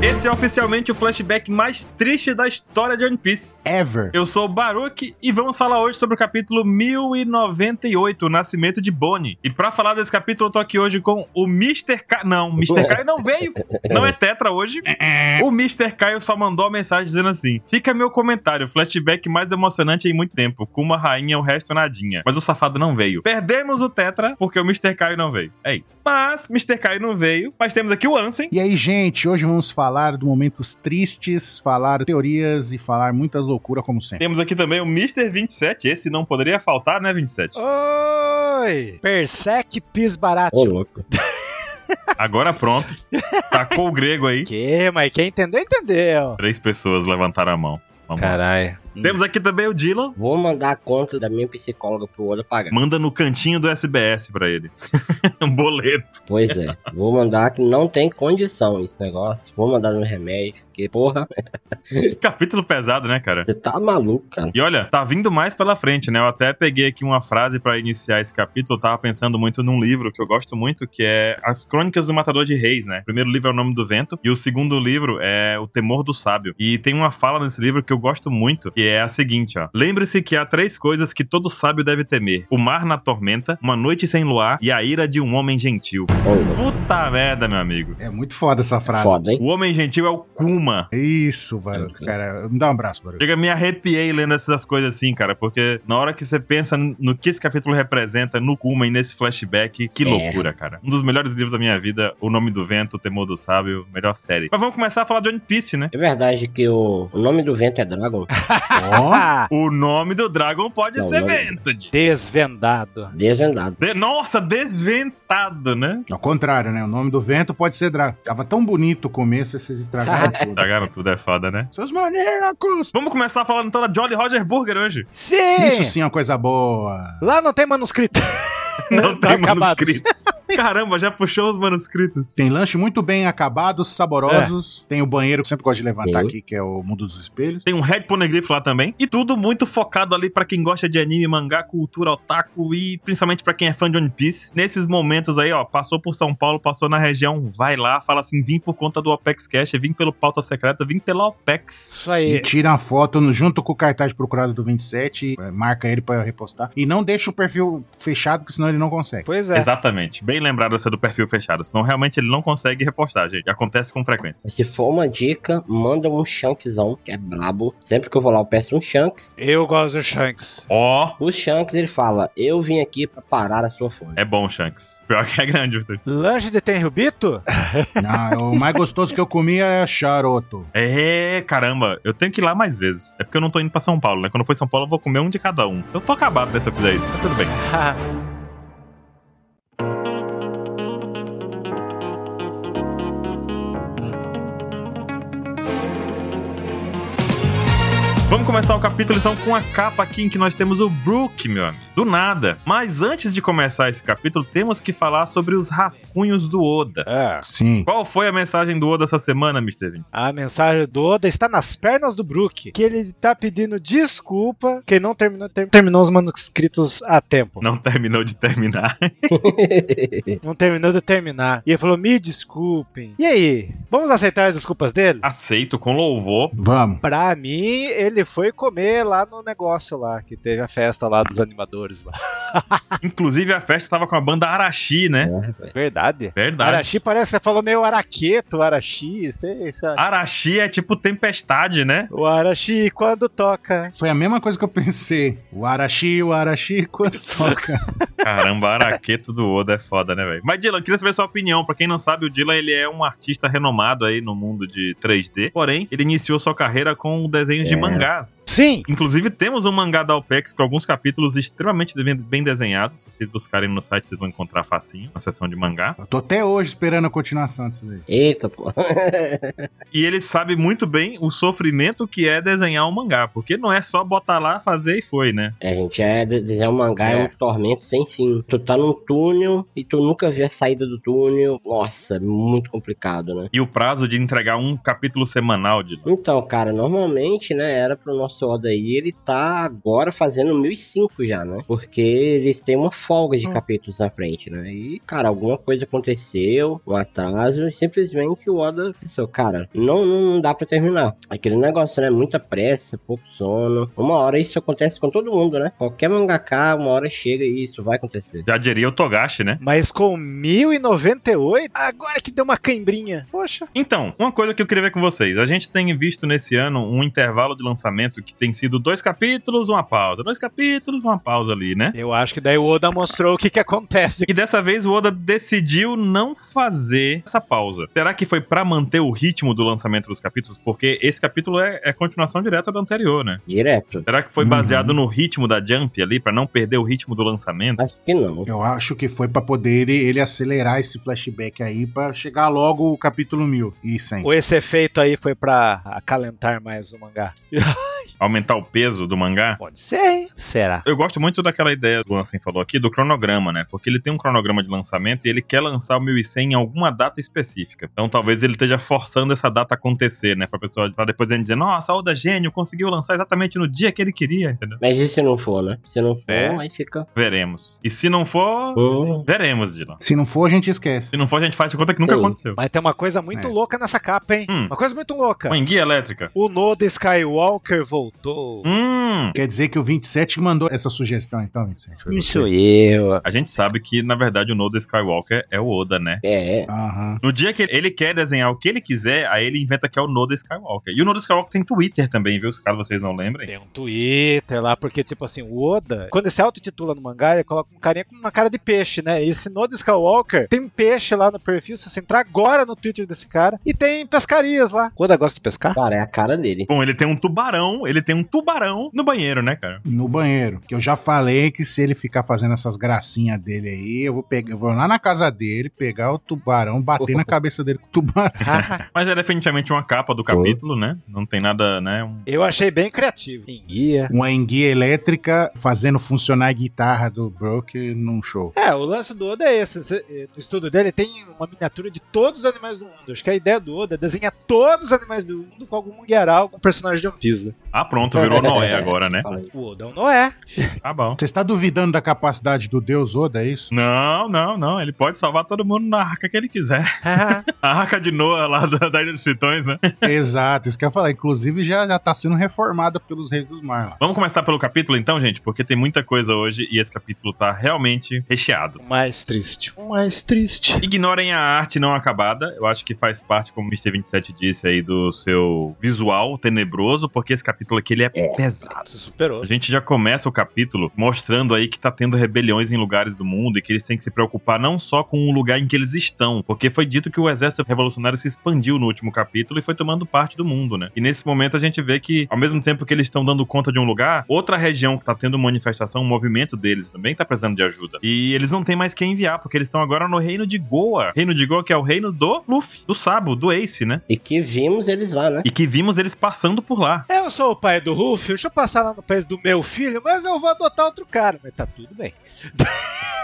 Esse é oficialmente o flashback mais triste da história de One Piece. Ever. Eu sou o Baruch e vamos falar hoje sobre o capítulo 1098, o Nascimento de Bonnie. E pra falar desse capítulo, eu tô aqui hoje com o Mr. Caio. Não, o Mr. Caio não veio. Não é tetra hoje. O Mr. Caio só mandou uma mensagem dizendo assim: Fica meu comentário, flashback mais emocionante em muito tempo, com uma rainha o resto nadinha. Mas o safado não veio. Perdemos o tetra porque o Mr. Caio não veio. É isso. Mas Mr. Caio não veio, mas temos aqui o Ansem. E aí, gente, hoje vamos falar de momentos tristes, falar teorias e falar muita loucura, como sempre. Temos aqui também o Mr. 27, esse não poderia faltar, né, 27? Oi! Persec Pisbarati. Ô, louco. Agora pronto. Tacou o grego aí. Que, mas quem entendeu, entendeu. Três pessoas levantaram a mão. Vamos lá. Caralho. Temos aqui também o Dylan. Vou mandar a conta da minha psicóloga pro olho pagar. Manda no cantinho do SBS pra ele. um boleto. Pois é. Vou mandar que não tem condição esse negócio. Vou mandar no remédio. Que porra. Capítulo pesado, né, cara? Você tá maluco, cara. E olha, tá vindo mais pela frente, né? Eu até peguei aqui uma frase pra iniciar esse capítulo. Eu tava pensando muito num livro que eu gosto muito, que é As Crônicas do Matador de Reis, né? O primeiro livro é O Nome do Vento e o segundo livro é O Temor do Sábio. E tem uma fala nesse livro que eu gosto muito, que é a seguinte, ó. Lembre-se que há três coisas que todo sábio deve temer: o mar na tormenta, uma noite sem luar e a ira de um homem gentil. Ô, louco. Puta merda, meu amigo. É muito foda essa frase. Foda, hein? O homem gentil é o Kuma Isso, É. Baruco, cara. Me dá um abraço, Baruco. Chega, me arrepiei lendo essas coisas assim, cara, porque na hora que você pensa no que esse capítulo representa, no Kuma e nesse flashback, que É. loucura, cara. Um dos melhores livros da minha vida, O Nome do Vento, O Temor do Sábio, melhor série. Mas vamos começar a falar de One Piece, né? É verdade que o, o nome do vento é Dragon? Ó, Ah, O nome do Dragon pode Não, ser não. Vented. desvendado. Desvendado. De- Nossa, desventado, né? ao contrário, né? O nome do vento pode ser Drago. Tava tão bonito o começo, esses estragaram tudo. Tragaram tudo, é foda, né? Seus maníacos! Vamos começar falando então da Jolly Roger Burger hoje. Sim! Isso sim é uma coisa boa. Lá não tem manuscrito. Não Tá tem acabado. manuscritos. Caramba, já puxou os manuscritos. Tem lanche muito bem acabados, É. saborosos. Tem o banheiro que eu sempre gosto de levantar Sim. aqui, que é o Mundo dos Espelhos. Tem um Red Poneglyph lá também. E tudo muito focado ali pra quem gosta de anime, mangá, cultura, otaku e principalmente pra quem é fã de One Piece. Nesses momentos aí, ó, passou por São Paulo, passou na região, vai lá, fala assim: vim por conta do OPEX Cash, vim pelo Pauta Secreta, vim pela OPEX. Isso E aí. tira a foto no- junto com o cartaz procurado do 27, eh, marca ele pra eu repostar. E não deixa o perfil fechado, porque senão ele não consegue. Pois é. Exatamente. Bem lembrado essa do perfil fechado, senão realmente ele não consegue repostar, gente. Acontece com frequência. Se for uma dica, manda um Shankzão, que é brabo. Sempre que eu vou lá, eu peço um Shanks. Eu gosto do Shanks. Ó, O Shanks, ele fala, eu vim aqui pra parar a sua fome. é bom, Shanks. Pior que é grande, Vitor. Lanche de Tenryubito? Ah, o mais gostoso que eu comi é charoto. É, caramba, eu tenho que ir lá mais vezes. É porque eu não tô indo pra São Paulo, né? Quando eu for em São Paulo, eu vou comer um de cada um. Eu tô acabado né, se eu fizer isso, mas tudo bem. Vamos começar o capítulo então com a capa aqui em que nós temos o Brook, meu amigo. Do nada. Mas antes de começar esse capítulo, temos que falar sobre os rascunhos do Oda. é. Sim. Qual foi a mensagem do Oda essa semana, Mr. Vince? A mensagem do Oda está nas pernas do Brook, que ele tá pedindo desculpa que não terminou, ter- terminou os manuscritos a tempo. Não terminou de terminar. Não terminou de terminar. E ele falou: me desculpem. E aí, vamos aceitar as desculpas dele? Aceito com louvor. Vamos. Pra mim, ele foi comer lá no negócio lá, que teve a festa lá dos animadores lá. Inclusive, a festa tava com a banda Arashi, né? É, velho. Verdade. Verdade. Arashi. Arashi parece, você falou meio araqueto, arashi, sei, sei. lá. é tipo tempestade, né? O arashi quando toca. Foi a mesma coisa que eu pensei. O Arashi, o Arashi, quando toca. Caramba, araqueto do Oda é foda, né, velho? Mas, Dylan, eu queria saber sua opinião. Pra quem não sabe, o Dylan ele é um artista renomado aí no mundo de 3D. Porém, ele iniciou sua carreira com desenhos de É. mangás. Sim, Inclusive, temos um mangá da OPEX com alguns capítulos extremamente bem- bem desenhados. Se vocês buscarem no site, vocês vão encontrar facinho na seção de mangá. Eu tô até hoje esperando a continuação disso daí. Eita, pô. E ele sabe muito bem o sofrimento que é desenhar um mangá. Porque não é só botar lá, fazer e foi, né? É, gente, é de- desenhar um mangá é. um tormento sem fim. Tu tá num túnel e tu nunca vê a saída do túnel. Nossa, é muito complicado, né? E o prazo de entregar um capítulo semanal de Então, cara, normalmente, né, era pro nosso Oda aí, ele tá agora fazendo 1005 já, né? né? Porque eles têm uma folga de capítulos na frente, né? E, cara, alguma coisa aconteceu, um atraso, e simplesmente o Oda pensou, cara, não, não, não dá pra terminar. Aquele negócio, né? Muita pressa, pouco sono. Uma hora isso acontece com todo mundo, né? Qualquer mangaká, uma hora chega e isso vai acontecer. Já diria o Togashi, né? Mas com 1098, agora que deu uma cãibrinha. Poxa. Então, uma coisa que eu queria ver com vocês. A gente tem visto nesse ano um intervalo de lançamento que tem sido dois capítulos, uma pausa. Dois capítulos, uma pausa ali, né? Eu acho que daí o Oda mostrou o que que acontece. E dessa vez o Oda decidiu não fazer essa pausa. Será que foi pra manter o ritmo do lançamento dos capítulos? Porque esse capítulo é, é continuação direta do anterior, né? Direto. Será que foi baseado no ritmo da Jump ali, pra não perder o ritmo do lançamento? Acho que não. Eu acho que foi pra poder ele, ele acelerar esse flashback aí pra chegar logo o capítulo 1000 e 100. Ou esse efeito aí foi pra acalentar mais o mangá? Aumentar o peso do mangá? Pode ser, hein? Será? Eu gosto muito daquela ideia do Ansem falou aqui, do cronograma, né? Porque ele tem um cronograma de lançamento e ele quer lançar o 1100 em alguma data específica. Então talvez ele esteja forçando essa data acontecer, né? Pra pessoa, pra depois a gente dizer, nossa, Oda Gênio conseguiu lançar exatamente no dia que ele queria, entendeu? Mas e se não for, né? Se não for, É. aí fica. Veremos. E se não for, Hum. veremos, Dylan. Se não for, a gente esquece. Se não for, a gente faz de conta que nunca Sim. aconteceu. Mas tem uma coisa muito É. louca nessa capa, hein? Hum. Uma coisa muito louca. Uma enguia elétrica. O Noda Skywalker voltou. Hum. Quer dizer que o 27 mandou essa sugestão, então, 27. foi você. Hum, eu. A gente sabe que, na verdade, o Noda Skywalker é o Oda, né? É, é. Aham. No dia que ele quer desenhar o que ele quiser, aí ele inventa que é o Noda Skywalker. E o Noda Skywalker tem Twitter também, viu? Caso vocês não lembrem. Tem um Twitter lá, porque, tipo assim, o Oda, quando ele se autotitula no mangá, ele coloca um carinha com uma cara de peixe, né? E esse Noda Skywalker tem um peixe lá no perfil, se você entrar agora no Twitter desse cara, e tem pescarias lá. O Oda gosta de pescar? Cara, é a cara dele. Bom, ele tem um tubarão, ele tem um tubarão no banheiro, né, cara? No banheiro. Que eu já falei que se ele ficar fazendo essas gracinhas dele aí, eu vou pegar, eu vou lá na casa dele, pegar o tubarão, bater na cabeça dele com o tubarão. Ah, Mas é definitivamente uma capa do Foi. capítulo, né? Não tem nada, né? Um- Eu achei bem criativo. Em guia. Uma enguia elétrica fazendo funcionar a guitarra do Brook num show. É, o lance do Oda é esse. Cê- eh, No estudo dele tem uma miniatura de todos os animais do mundo. Acho que a ideia do Oda é desenhar todos os animais do mundo com algum Guiará, algum personagem de One Piece. né? Ah, pronto, virou Noé agora, né? Fala aí. O Oda é um Noé. Tá bom. Você está duvidando da capacidade do Deus Oda, é isso? Não, não, não. Ele pode salvar todo mundo na arca que ele quiser. A arca de Noah lá da, da Ilha dos Tritões, né? Exato, isso que eu ia falar. Inclusive, já, já tá sendo reformada pelos reis do mar lá. Vamos começar pelo capítulo então, gente? Porque tem muita coisa hoje e esse capítulo tá realmente recheado. o mais triste. O mais triste. Ignorem a arte não acabada. Eu acho que faz parte, como o Mr. 27 disse aí, do seu visual tenebroso, porque esse capítulo aqui ele é, pesado. Ah, você superou. A gente já começa o capítulo mostrando aí que tá tendo rebeliões em lugares do mundo e que eles têm que se preocupar não só com o lugar em que eles estão, porque foi dito que o exército revolucionário se expandiu no último capítulo e foi tomando parte do mundo, né? E nesse momento a gente vê que, ao mesmo tempo que eles estão dando conta de um lugar, outra região que tá tendo manifestação, um movimento deles também tá precisando de ajuda. E eles não têm mais quem enviar, porque eles estão agora no reino de Goa. Reino de Goa que é o reino do Luffy, do Sabo, do Ace, né? E que vimos eles lá, né? E que vimos eles passando por lá. Eu sou o pai do Ruff, deixa eu passar lá no país do meu filho, mas eu vou adotar outro cara. Mas tá tudo bem.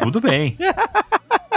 Tudo bem.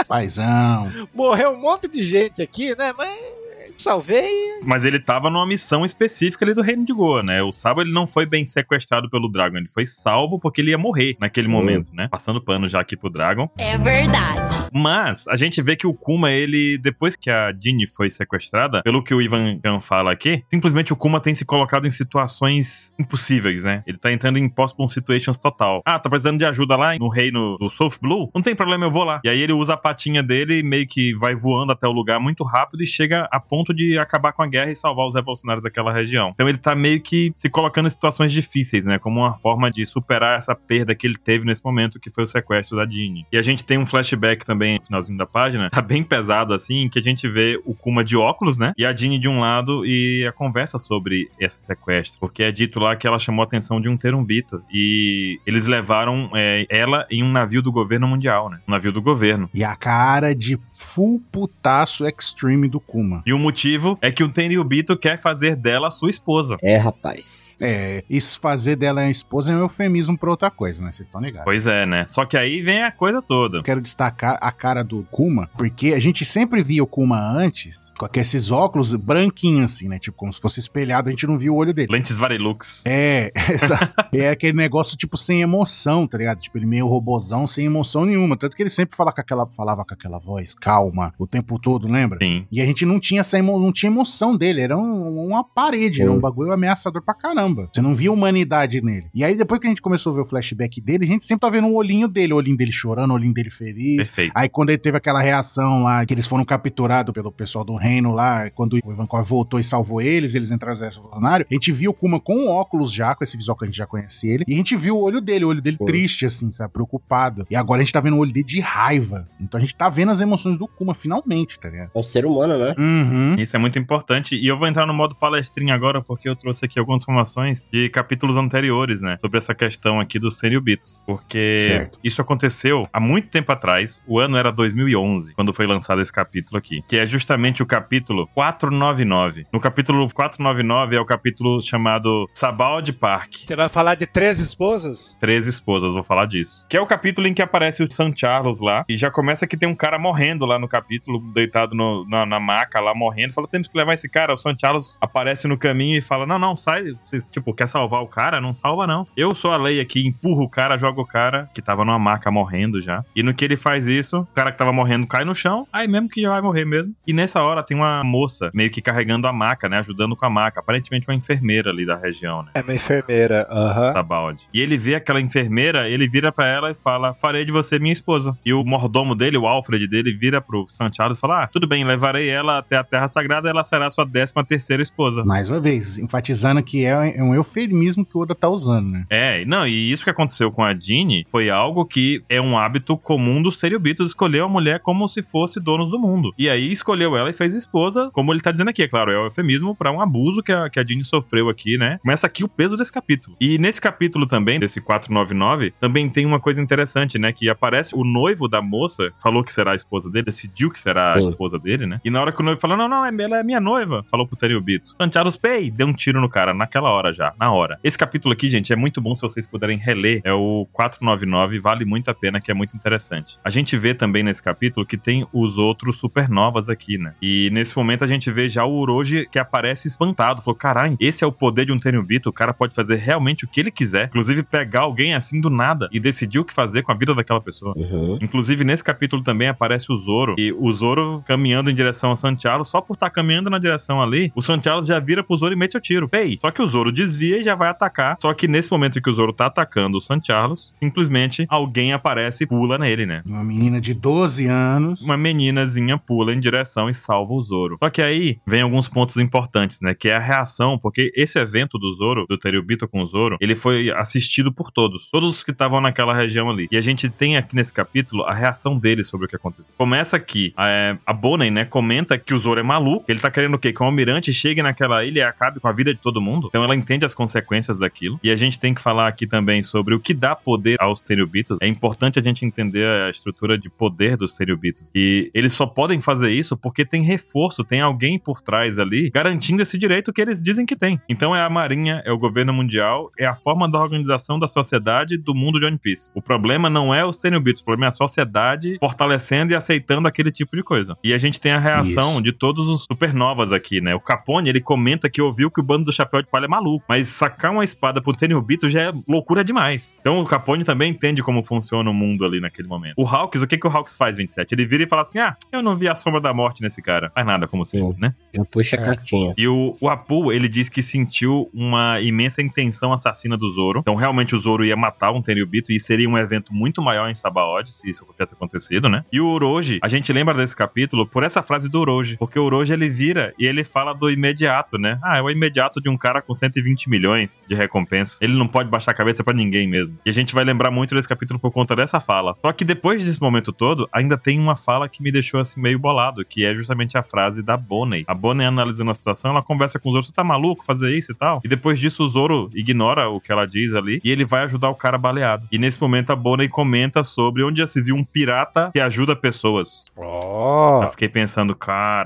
Paizão. Morreu um monte de gente aqui, né? Mas eu salvei. Mas ele tava numa missão específica ali do reino de Goa, né? O Sabo ele não foi bem sequestrado pelo Dragon, ele foi salvo porque ele ia morrer naquele Hum. momento, né? Passando pano já aqui pro Dragon. É verdade. Mas a gente vê que o Kuma, ele, depois que a Dini foi sequestrada, pelo que o Ivan Jan fala aqui, simplesmente o Kuma tem se colocado em situações impossíveis, né? Ele tá entrando em impossible situations total. Ah, tá precisando de ajuda lá no reino do South Blue? Não tem problema, eu vou lá. E aí ele usa a patinha dele e meio que vai voando até o lugar muito rápido e chega a ponto de acabar com a guerra e salvar os revolucionários daquela região. Então ele tá meio que se colocando em situações difíceis, né? Como uma forma de superar essa perda que ele teve nesse momento, que foi o sequestro da Dini. E a gente tem um flashback também no finalzinho da página, tá bem pesado assim, que a gente vê o Kuma de óculos, né? E a Dini de um lado e a conversa sobre esse sequestro. Porque é dito lá que ela chamou a atenção de um terumbito. E eles levaram é, ela em um navio do governo mundial, né? Um navio do governo. E a cara de full putaço extreme do Kuma. E o motivo é que o Tenryubito quer fazer dela sua esposa. É, rapaz. É, isso fazer dela esposa é um eufemismo pra outra coisa, né? Vocês estão ligados. Pois é, né? Só que aí vem a coisa toda. Eu quero destacar a cara do Kuma, porque a gente sempre via o Kuma antes com esses óculos branquinhos, assim, né? Tipo, como se fosse espelhado, a gente não via o olho dele. Lentes Varilux. É, essa, é aquele negócio, tipo, sem emoção, tá ligado? Tipo, ele meio robozão, sem emoção nenhuma. Tanto que ele sempre fala com aquela, falava com aquela voz calma o tempo todo, lembra? Sim. E a gente não tinha essa emo, não tinha emoção dele, era um- uma parede, era um bagulho ameaçador pra caramba. Você não via humanidade nele. E aí, depois que a gente começou a ver o flashback dele, a gente sempre tá vendo o olhinho dele, o olhinho dele chorando, o olhinho dele feliz. Perfeito. Aí quando ele teve aquela reação lá, que eles foram capturados pelo pessoal do reino lá, quando o Ivankov voltou e salvou eles, eles entraram no exército revolucionário, a gente viu o Kuma com óculos já, com esse visual que a gente já conhece ele, e a gente viu o olho dele, o olho dele Foi. triste, assim, sabe, preocupado. E agora a gente tá vendo o olho dele de raiva. Então a gente tá vendo as emoções do Kuma finalmente, tá ligado? É um ser humano, né? Uhum. Isso é muito importante. E eu vou entrar no modo palestrinha agora, porque eu trouxe aqui algumas informações de capítulos anteriores, né? Sobre essa questão aqui dos Senryubits. Porque Certo. isso aconteceu há muito tempo atrás. O ano era 2011, quando foi lançado esse capítulo aqui. Que é justamente o capítulo 499. No capítulo 499 é o capítulo chamado Sabaldi Park. Você vai falar de três esposas? Três esposas, vou falar disso. Que é o capítulo em que aparece o San Charles lá. E já começa que tem um cara morrendo lá no capítulo, deitado no- na, na maca lá, morrendo. Fala, temos que levar esse cara. O San Charles aparece no caminho e fala: Não, não, sai. Vocês, tipo, quer salvar o cara? Não salva, não. Eu sou a lei aqui, empurro o cara, jogo o cara, que tava numa maca morrendo já. E no que ele faz isso, o cara que tava morrendo cai no chão. Aí mesmo que já vai morrer mesmo. E nessa hora tem uma moça meio que carregando a maca, né? Ajudando com a maca. Aparentemente uma enfermeira ali da região, né? É uma enfermeira, aham. Sabaldi. E ele vê aquela enfermeira, ele vira pra ela e fala: Farei de você minha esposa. E o mordomo dele, o Alfred dele, vira pro Santiago e fala: ah, tudo bem, levarei ela até a Terra Sagrada, ela será sua décima terceira esposa. Mais uma vez, enfatizando que é é um eufemismo que o Oda tá usando, né? É, não, e isso que aconteceu com a Jeanne foi algo que é um hábito comum dos seriobitos escolher a mulher como se fosse donos do mundo. E aí escolheu ela e fez esposa, como ele tá dizendo aqui, é claro, é o eufemismo pra um abuso que a, que a Jeanne sofreu aqui, né? Começa aqui o peso desse capítulo. E nesse capítulo também, desse 499, também tem uma coisa interessante, né? Que aparece o noivo da moça, falou que será a esposa dele, decidiu que será a Sim. esposa dele, né? E na hora que o noivo falou, não, não, é- ela é minha noiva, falou pro Teriobito. Santiago Pei deu um tiro no cara, naquela hora já, na hora. Esse capítulo aqui, gente, é muito bom se vocês puderem reler. É o 499, vale muito a pena, que é muito interessante. A gente vê também nesse capítulo que tem os outros supernovas aqui, né? E nesse momento a gente vê já o Uroji que aparece espantado. Falou, caralho, esse é o poder de um Teriobito, o cara pode fazer realmente o que ele quiser, inclusive pegar alguém assim do nada e decidir o que fazer com a vida daquela pessoa. Uhum. Inclusive, nesse capítulo também aparece o Zoro. E o Zoro caminhando em direção ao Santiago, só por estar caminhando na direção ali, o Santiago já vira pro Zoro e mete o tiro. Ei, só que o Zoro desvia e já vai atacar. Só que nesse momento em que o Zoro tá atacando o Santiago, simplesmente alguém aparece e pula nele, né? Uma menina de 12 anos. Uma meninazinha pula em direção e salva o Zoro. Só que aí vem alguns pontos importantes, né? Que é a reação, porque esse evento do Zoro, do Teriobito com o Zoro, ele foi assistido por todos. Todos os que estavam naquela região ali. E a gente tem aqui nesse capítulo a reação dele sobre o que aconteceu. Começa aqui, é, a Bonnie, né? Comenta que o Zoro é maluco. Ele tá querendo o quê? Que o almirante chegue naquela ilha e acabe com a vida de todo mundo. Então ela entende as consequências daquilo. E a gente tem que falar aqui também sobre o que dá poder aos Teriubitos. É importante a gente entender a estrutura de poder dos Teriubitos. E eles só podem fazer isso porque tem reforço, tem alguém por trás ali garantindo esse direito que eles dizem que tem. Então é a Marinha, é o governo mundial, é a forma da organização da sociedade do mundo de One Piece. O problema não é os Teriubitos, o problema é a sociedade fortalecendo e aceitando aquele tipo de coisa. E a gente tem a reação Isso. de todos os supernovas aqui, né? O Capone, ele comenta que ouviu que o bando do Chapéu de Palha é maluco, mas sacar uma espada pro Tenryubito já é loucura demais. Então o Capone também entende como funciona o mundo ali naquele momento. O Hawks, o que que o Hawks faz, 27? Ele vira e fala assim, ah, eu não vi a sombra da morte nesse cara. Faz nada, como sempre, né? Já puxa a cartinha. E o, o Apu, ele diz que sentiu uma imensa intenção assassina do Zoro. Então, realmente, o Zoro ia matar um Tenryubito e seria um evento muito maior em Sabaody, se isso tivesse acontecido, né? E o Orochi, a gente lembra desse capítulo por essa frase do Orochi, porque o Orochi, ele vira e ele fala do imediato, né? Ah, é o imediato de um cara com 120 milhões de recompensa. Ele não pode baixar a cabeça pra ninguém mesmo. E a gente vai lembrar muito desse capítulo por conta dessa fala. Só que depois desse momento todo, ainda tem uma fala que me deixou assim meio bolado, que é justamente a frase da Bonnie. A Bonnie analisando a situação, ela conversa com o Zoro, você tá maluco fazer isso e tal? E depois disso o Zoro ignora o que ela diz ali e ele vai ajudar o cara baleado. E nesse momento a Bonnie comenta sobre onde já se viu um pirata que ajuda pessoas. Ó, Eu fiquei pensando,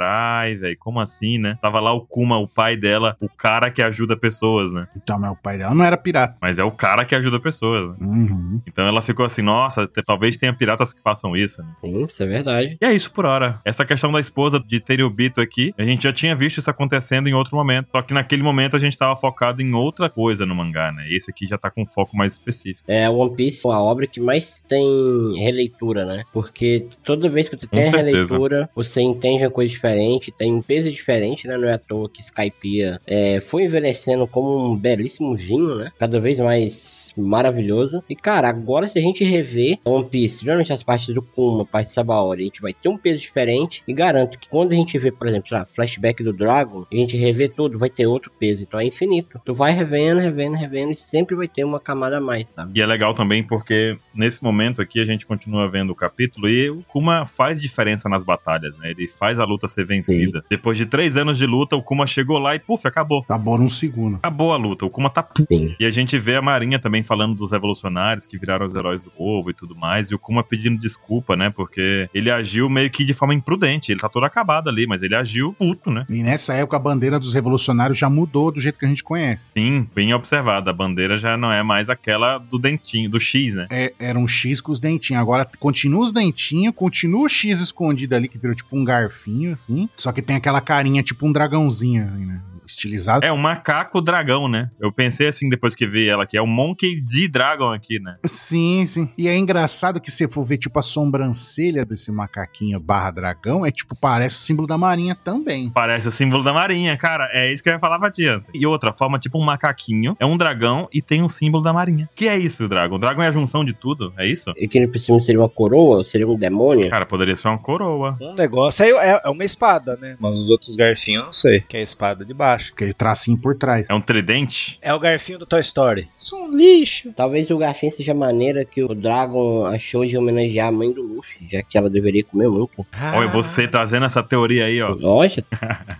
Ai, velho, como assim, né? Tava lá o Kuma, o pai dela, o cara que ajuda pessoas, né? Então, mas o pai dela não era pirata. Mas é o cara que ajuda pessoas. Né? Uhum. Então ela ficou assim, nossa, te- talvez tenha piratas que façam isso. né? Sim, isso é verdade. E é isso por hora. Essa questão da esposa de Teriobito aqui, a gente já tinha visto isso acontecendo em outro momento. Só que naquele momento a gente tava focado em outra coisa no mangá, né? Esse aqui já tá com um foco mais específico. É One Piece é a obra que mais tem releitura, né? Porque toda vez que você tem a certeza. releitura, você entende uma coisa diferente, tem um peso diferente, né? Não é à toa que Skypiea é, foi envelhecendo como um belíssimo vinho, né? Cada vez mais maravilhoso. E, cara, agora se a gente rever One Piece, geralmente as partes do Kuma, a parte de Sabaori, a gente vai ter um peso diferente e garanto que quando a gente vê, por exemplo, sei lá, flashback do Dragon, a gente rever tudo, vai ter outro peso, então é infinito. Tu vai revendo, revendo, revendo e sempre vai ter uma camada a mais, sabe? E é legal também porque nesse momento aqui a gente continua vendo o capítulo e o Kuma faz diferença nas batalhas, né? Ele faz a luta ser vencida. Depois de três anos de luta, o Kuma chegou lá e puf, acabou. Acabou num segundo. Acabou a luta, o Kuma tá pu. Sim. E a gente vê a Marinha também falando dos revolucionários que viraram os heróis do povo e tudo mais, e o Kuma pedindo desculpa, né? Porque ele agiu meio que de forma imprudente, ele tá todo acabado ali, mas ele agiu puto, né? E nessa época a bandeira dos revolucionários já mudou do jeito que a gente conhece. Sim, bem observado, a bandeira já não é mais aquela do dentinho, do X, né? É, era um X com os dentinhos. Agora continua os dentinhos, continua o X escondido ali, que virou tipo um garfinho, assim. Só que tem aquela carinha tipo um dragãozinho, assim, né? Estilizado. É um macaco dragão, né? Eu pensei assim depois que vi ela, que é o Monkey D. Dragon aqui, né? Sim, sim. E é engraçado que se for ver, tipo, a sobrancelha desse macaquinho barra dragão, é tipo, parece o símbolo da marinha também. Parece o símbolo da marinha, cara. É isso que eu ia falar pra ti antes. E outra forma, tipo um macaquinho, é um dragão e tem um símbolo da marinha. Que é isso, dragão? Dragão é a junção de tudo? É isso? E que por cima seria uma coroa, seria um demônio. Cara, poderia ser uma coroa. Um negócio é, é, é uma espada, né? Mas os outros garfinhos eu não sei. Que é a espada de baixo. Aquele tracinho por trás. É um tridente? É o garfinho do Toy Story. Isso é um lixo. Talvez o garfinho seja a maneira que o Dragon achou de homenagear a mãe do Luffy, já que ela deveria comer muito. Ah. Olha, você trazendo essa teoria aí, ó. Lógico,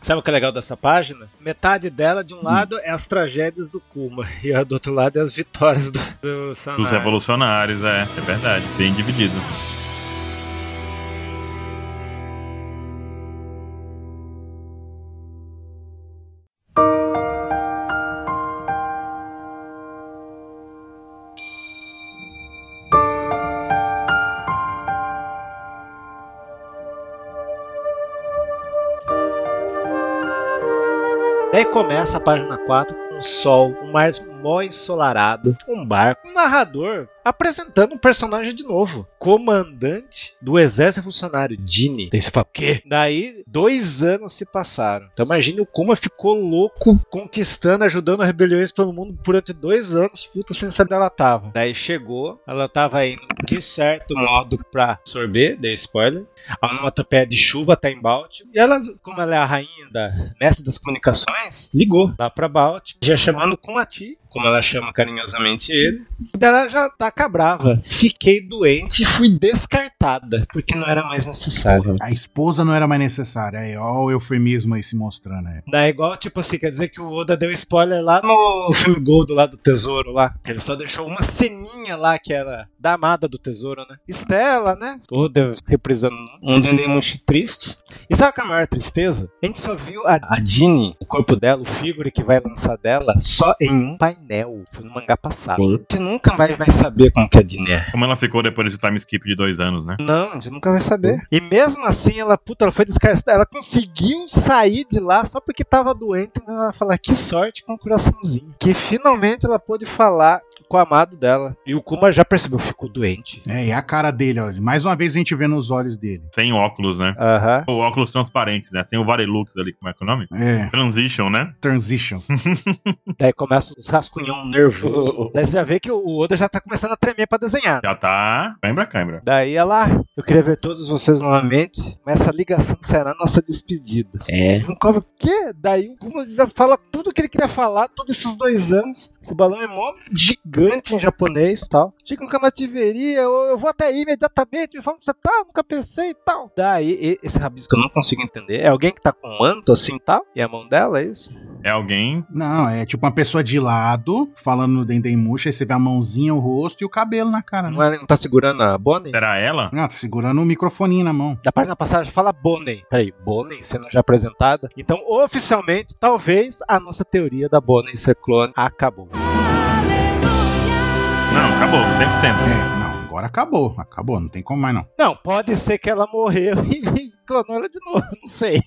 Sabe o que é legal dessa página? Metade dela, de um lado, é as tragédias do Kuma. E a do outro lado é as vitórias do, do Sanai. Dos revolucionários, é. É verdade. Bem dividido. Daí começa a página 4 com o sol, um mar mó ensolarado, um barco, um narrador apresentando um personagem de novo, comandante do exército funcionário, Dini. Daí você fala, quê? Daí dois anos se passaram. Então imagine o Kuma ficou louco, conquistando, ajudando rebeliões pelo mundo durante dois anos, puta, sem saber onde ela tava. Daí chegou, ela tava indo de certo modo pra sorber, dei spoiler, a onomatopeia de chuva tá em Balt. E ela, como ela é a rainha da mestre das comunicações, ligou lá pra Balt, já chamando Kumati, como ela chama carinhosamente ele. E daí ela já tá cabrava. Fiquei doente e fui descartada, porque não era mais necessário. A esposa não era mais necessária. Aí, ó, o eufemismo aí se mostrando. Aí. Daí é igual, tipo assim, quer dizer que o Oda deu spoiler lá no filme Gold lá do Tesouro lá. Ele só deixou uma ceninha lá que era da amada do Tesouro, né? Estela, né? Oda reprisando um Dendemushi triste. E sabe qual é a maior tristeza? A gente só viu a, a Jeannie, o corpo dela, o figure que vai lançar dela, só em um painel. Foi no mangá passado. Sim. Você nunca mais vai saber como que a Jeannie é. Como ela ficou depois desse time skip de dois anos, né? Não, a gente nunca vai saber. E mesmo assim, ela, puta, ela foi descartada. Ela conseguiu sair de lá só porque tava doente. Então ela fala, que sorte com o coraçãozinho. Que finalmente ela pôde falar com o amado dela. E o Kuma já percebeu, ficou doente. É, e a cara dele, ó. Mais uma vez a gente vê nos olhos dele. Sem óculos, né? Aham. Ou óculos transparentes, né? Tem o Varelux ali, como é que é o nome? É, Transition, né? transitions. Daí começa os rascunhão nervoso. Daí você já vê que o Oda já tá começando a tremer pra desenhar. Já tá. Cãibra, cãibra. Daí ela, eu queria ver todos vocês novamente, mas essa ligação será nossa despedida. é. Não cobra o quê? Daí o Kuma já fala tudo que ele queria falar todos esses dois anos. Esse balão é mó gigante em japonês e tal. Chega numa cativeria, eu, eu vou até aí imediatamente, me fala onde você tá, nunca pensei e tal. Daí, e- esse rabisco eu não consigo entender. É alguém que tá com um manto assim e tal? E a mão dela, é isso? É alguém. Não, é tipo uma pessoa de lado, falando no Dendemuxa, aí você vê a mãozinha, o rosto e o cabelo na cara. Né? Não, é- não tá segurando a Bonnie? Será ela? Ah, tá segurando o microfoninho na mão. Da página passada fala Bonnie. Peraí, Bonnie sendo já é apresentada? Então, oficialmente, talvez a nossa teoria da Bonnie ser clone acabou. Não, acabou, 100%. É, não, agora acabou. Acabou, não tem como mais não. Não, pode ser que ela morreu e clonou ela de novo, não sei.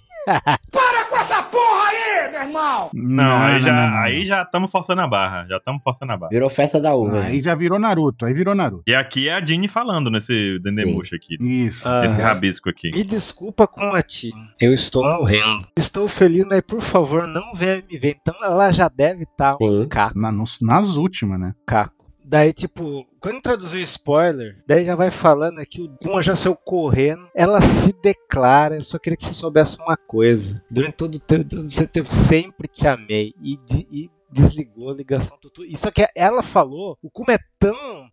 Não, aí já aí já estamos forçando a barra. Já estamos forçando a barra. Virou festa da uva. Aí já virou Naruto, aí virou Naruto. E aqui é a Dini falando nesse Dendemuxa aqui. Isso. é Ah. Esse rabisco aqui. Me desculpa com a ti. Eu estou morrendo. Estou feliz, mas por favor, não venha me ver. Então ela já deve estar um Sim. caco. Na- nos- nas últimas, né? caco. Daí, tipo, quando traduzir o spoiler, daí já vai falando aqui, o Gun já saiu correndo, ela se declara, eu só queria que você soubesse uma coisa. Durante todo o tempo, todo esse tempo sempre te amei. E, de- e desligou a ligação tutu. E só que ela falou, o Kuma é tão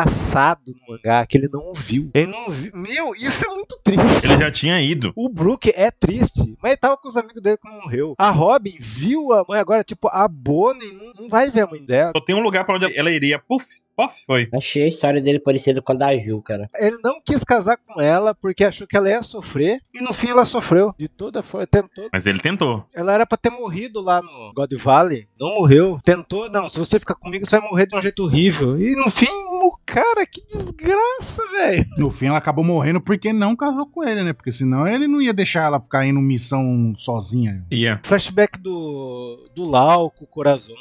desgraçado no mangá que ele não ouviu. Ele não ouviu. Meu, isso é muito triste. Ele já tinha ido. O Brook é triste, mas tava com os amigos dele quando morreu. A Robin viu a mãe agora, tipo, a Bonnie não, não vai ver a mãe dela. Só tem um lugar pra onde ela iria. Puf, puff, foi. Achei a história dele parecida com a da Ju, cara. Ele não quis casar com ela porque achou que ela ia sofrer e no fim ela sofreu. De toda forma, tentou. Mas ele tentou. Ela era pra ter morrido lá no God Valley, não morreu. Tentou, não, se você ficar comigo você vai morrer de um jeito horrível. E no fim, o cara, que desgraça, velho. No fim, ela acabou morrendo porque não casou com ele, né? Porque senão ele não ia deixar ela ficar indo missão sozinha. Ia. Flashback do do Lau com o Corazon,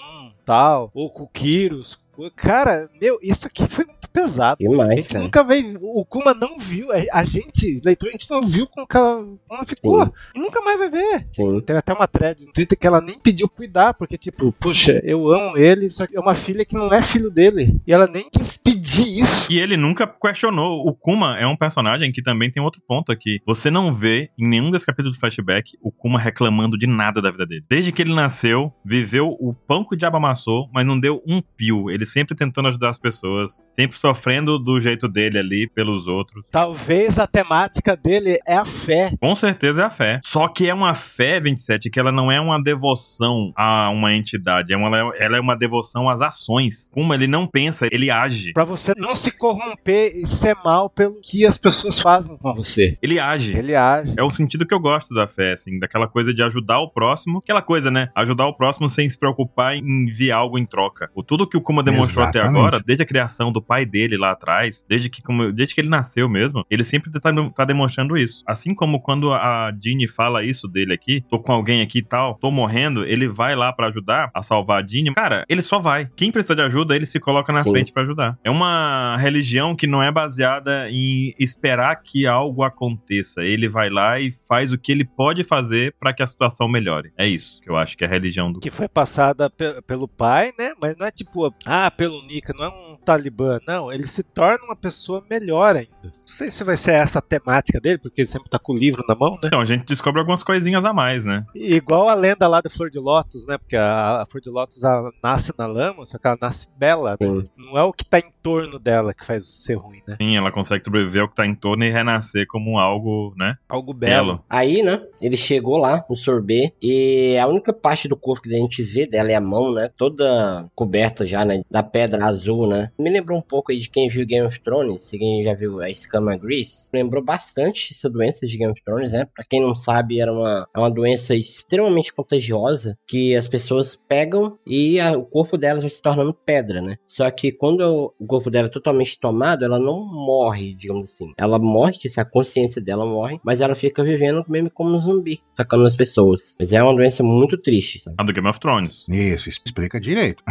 tal, ou com o Kiros. Cara, meu, isso aqui foi muito pesado. A Demais, gente cara. nunca veio. O Kuma não viu. a- A gente, leitor, a gente não viu como que ela, como ela ficou. Sim. E nunca mais vai ver. Sim. Teve até uma thread no Twitter que ela nem pediu cuidar, porque, tipo, puxa, eu amo ele, só que é uma filha que não é filho dele. E ela nem quis pedir isso. E ele nunca questionou. O Kuma é um personagem que também tem outro ponto aqui. Você não vê em nenhum desses capítulos do flashback o Kuma reclamando de nada da vida dele. Desde que ele nasceu, viveu o pão que o diabo amassou, mas não deu um pio. Ele sempre tentando ajudar as pessoas, sempre sofrendo do jeito dele ali pelos outros. Talvez a temática dele é a fé. Com certeza é a fé. Só que é uma fé, 27, que ela não é uma devoção a uma entidade. É uma, ela é uma devoção às ações. Kuma, ele não pensa, ele age. Pra você não se corromper e ser mal pelo que as pessoas fazem com você. Ele age. Ele age. É o sentido que eu gosto da fé, assim, daquela coisa de ajudar o próximo. Aquela coisa, né? Ajudar o próximo sem se preocupar em enviar algo em troca. O tudo que o Kuma demonstrou até Exatamente. agora, desde a criação do pai dele lá atrás, desde que, como- desde que ele nasceu mesmo, ele sempre tá, tá demonstrando isso. Assim como quando a Dini fala isso dele aqui, tô com alguém aqui e tal, tô morrendo, ele vai lá pra ajudar a salvar a Dini. Cara, ele só vai. Quem precisa de ajuda, ele se coloca na Sim. frente pra ajudar. É uma religião que não é baseada em esperar que algo aconteça. Ele vai lá e faz o que ele pode fazer pra que a situação melhore. É isso que eu acho que é a religião do que foi passada pe- pelo pai, né? Mas não é tipo, ah, pelo Nika, não é um talibã, não. Ele se torna uma pessoa melhor ainda. Não sei se vai ser essa a temática dele, porque ele sempre tá com o livro na mão, né? Então, a gente descobre algumas coisinhas a mais, né? E igual a lenda lá da Flor de Lótus, né? Porque a, a Flor de Lótus ela nasce na lama, só que ela nasce bela. né? Sim. Não é o que tá em torno dela que faz ser ruim, né? Sim, ela consegue sobreviver ao que tá em torno e renascer como algo, né? Algo belo. Belo. Aí, né, ele chegou lá no sorbet e a única parte do corpo que a gente vê dela é a mão, né, toda coberta já, né, da pedra azul, né. Me lembrou um pouco aí de quem viu Game of Thrones, se quem já viu a escama Grease, lembrou bastante essa doença de Game of Thrones, né. Pra quem não sabe, era uma, é uma doença extremamente contagiosa que as pessoas pegam e a- o corpo dela vai se tornando pedra, né. Só que quando o corpo dela é totalmente tomado, ela não morre, digamos assim. Ela morre, que se a consciência dela morre, mas ela fica vivendo mesmo como um zumbi, sacando as pessoas. Mas é uma doença muito triste, sabe? A do Game of Thrones. Isso, explica direito.